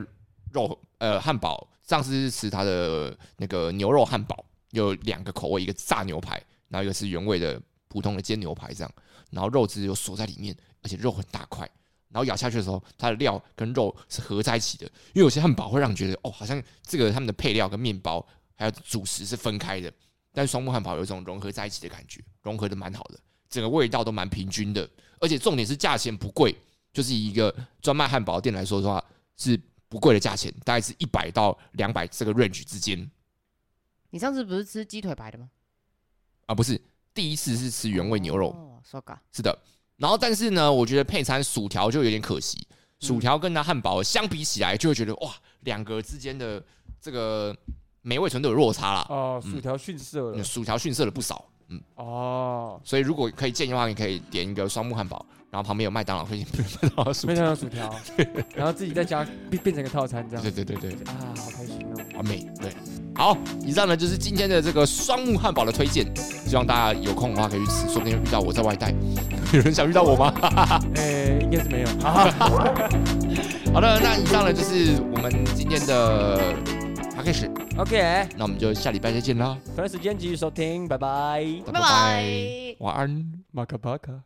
S3: 肉呃汉堡，上次是吃它的那个牛肉汉堡，有两个口味，一个炸牛排，然后一个是原味的普通的煎牛排这样，然后肉汁有锁在里面，而且肉很大块。然后咬下去的时候，它的料跟肉是合在一起的，因为有些汉堡会让你觉得哦，好像这个他们的配料跟面包还有主食是分开的，但是双木汉堡有一种融合在一起的感觉，融合的蛮好的，整个味道都蛮平均的，而且重点是价钱不贵，就是以一个专卖汉堡店来说的话是不贵的价钱，大概是一百到两百这个 range 之间
S1: 你上次不是吃鸡腿排的吗？
S3: 啊，不是第一次是吃原味牛肉，
S1: 哦，说嘎。
S3: 是的。然后但是呢，我觉得配餐薯条就有点可惜，
S1: 嗯
S3: 薯条跟那汉堡相比起来，就会觉得哇，两个之间的这个美味程度有落差啦，
S4: 哦，
S3: 嗯
S4: 薯条逊色了
S3: 嗯，薯条逊色了不少。嗯，
S4: 哦，
S3: 所以如果可以建议的话，你可以点一个双木汉堡，然后旁边有麦当劳可以点 麦当劳薯
S4: 没
S3: 条。
S4: 想到薯条，然后自己在家变变成一个套餐这样
S3: 对。对对对，对
S4: 啊，好开心哦！
S3: 完美。对，好，以上呢就是今天的这个双木汉堡的推荐，希望大家有空的话可以去吃，说不定会遇到我在外带。 有人想遇到我吗？
S4: 哎，应该是没有。好，
S3: 好的，那以上呢就是我们今天的 p a c k a g
S4: OK，
S3: 那我们就下礼拜再见啦，
S4: 同一时间继续收听，拜拜。
S1: 拜拜。
S3: 晚安。
S4: 马卡巴卡。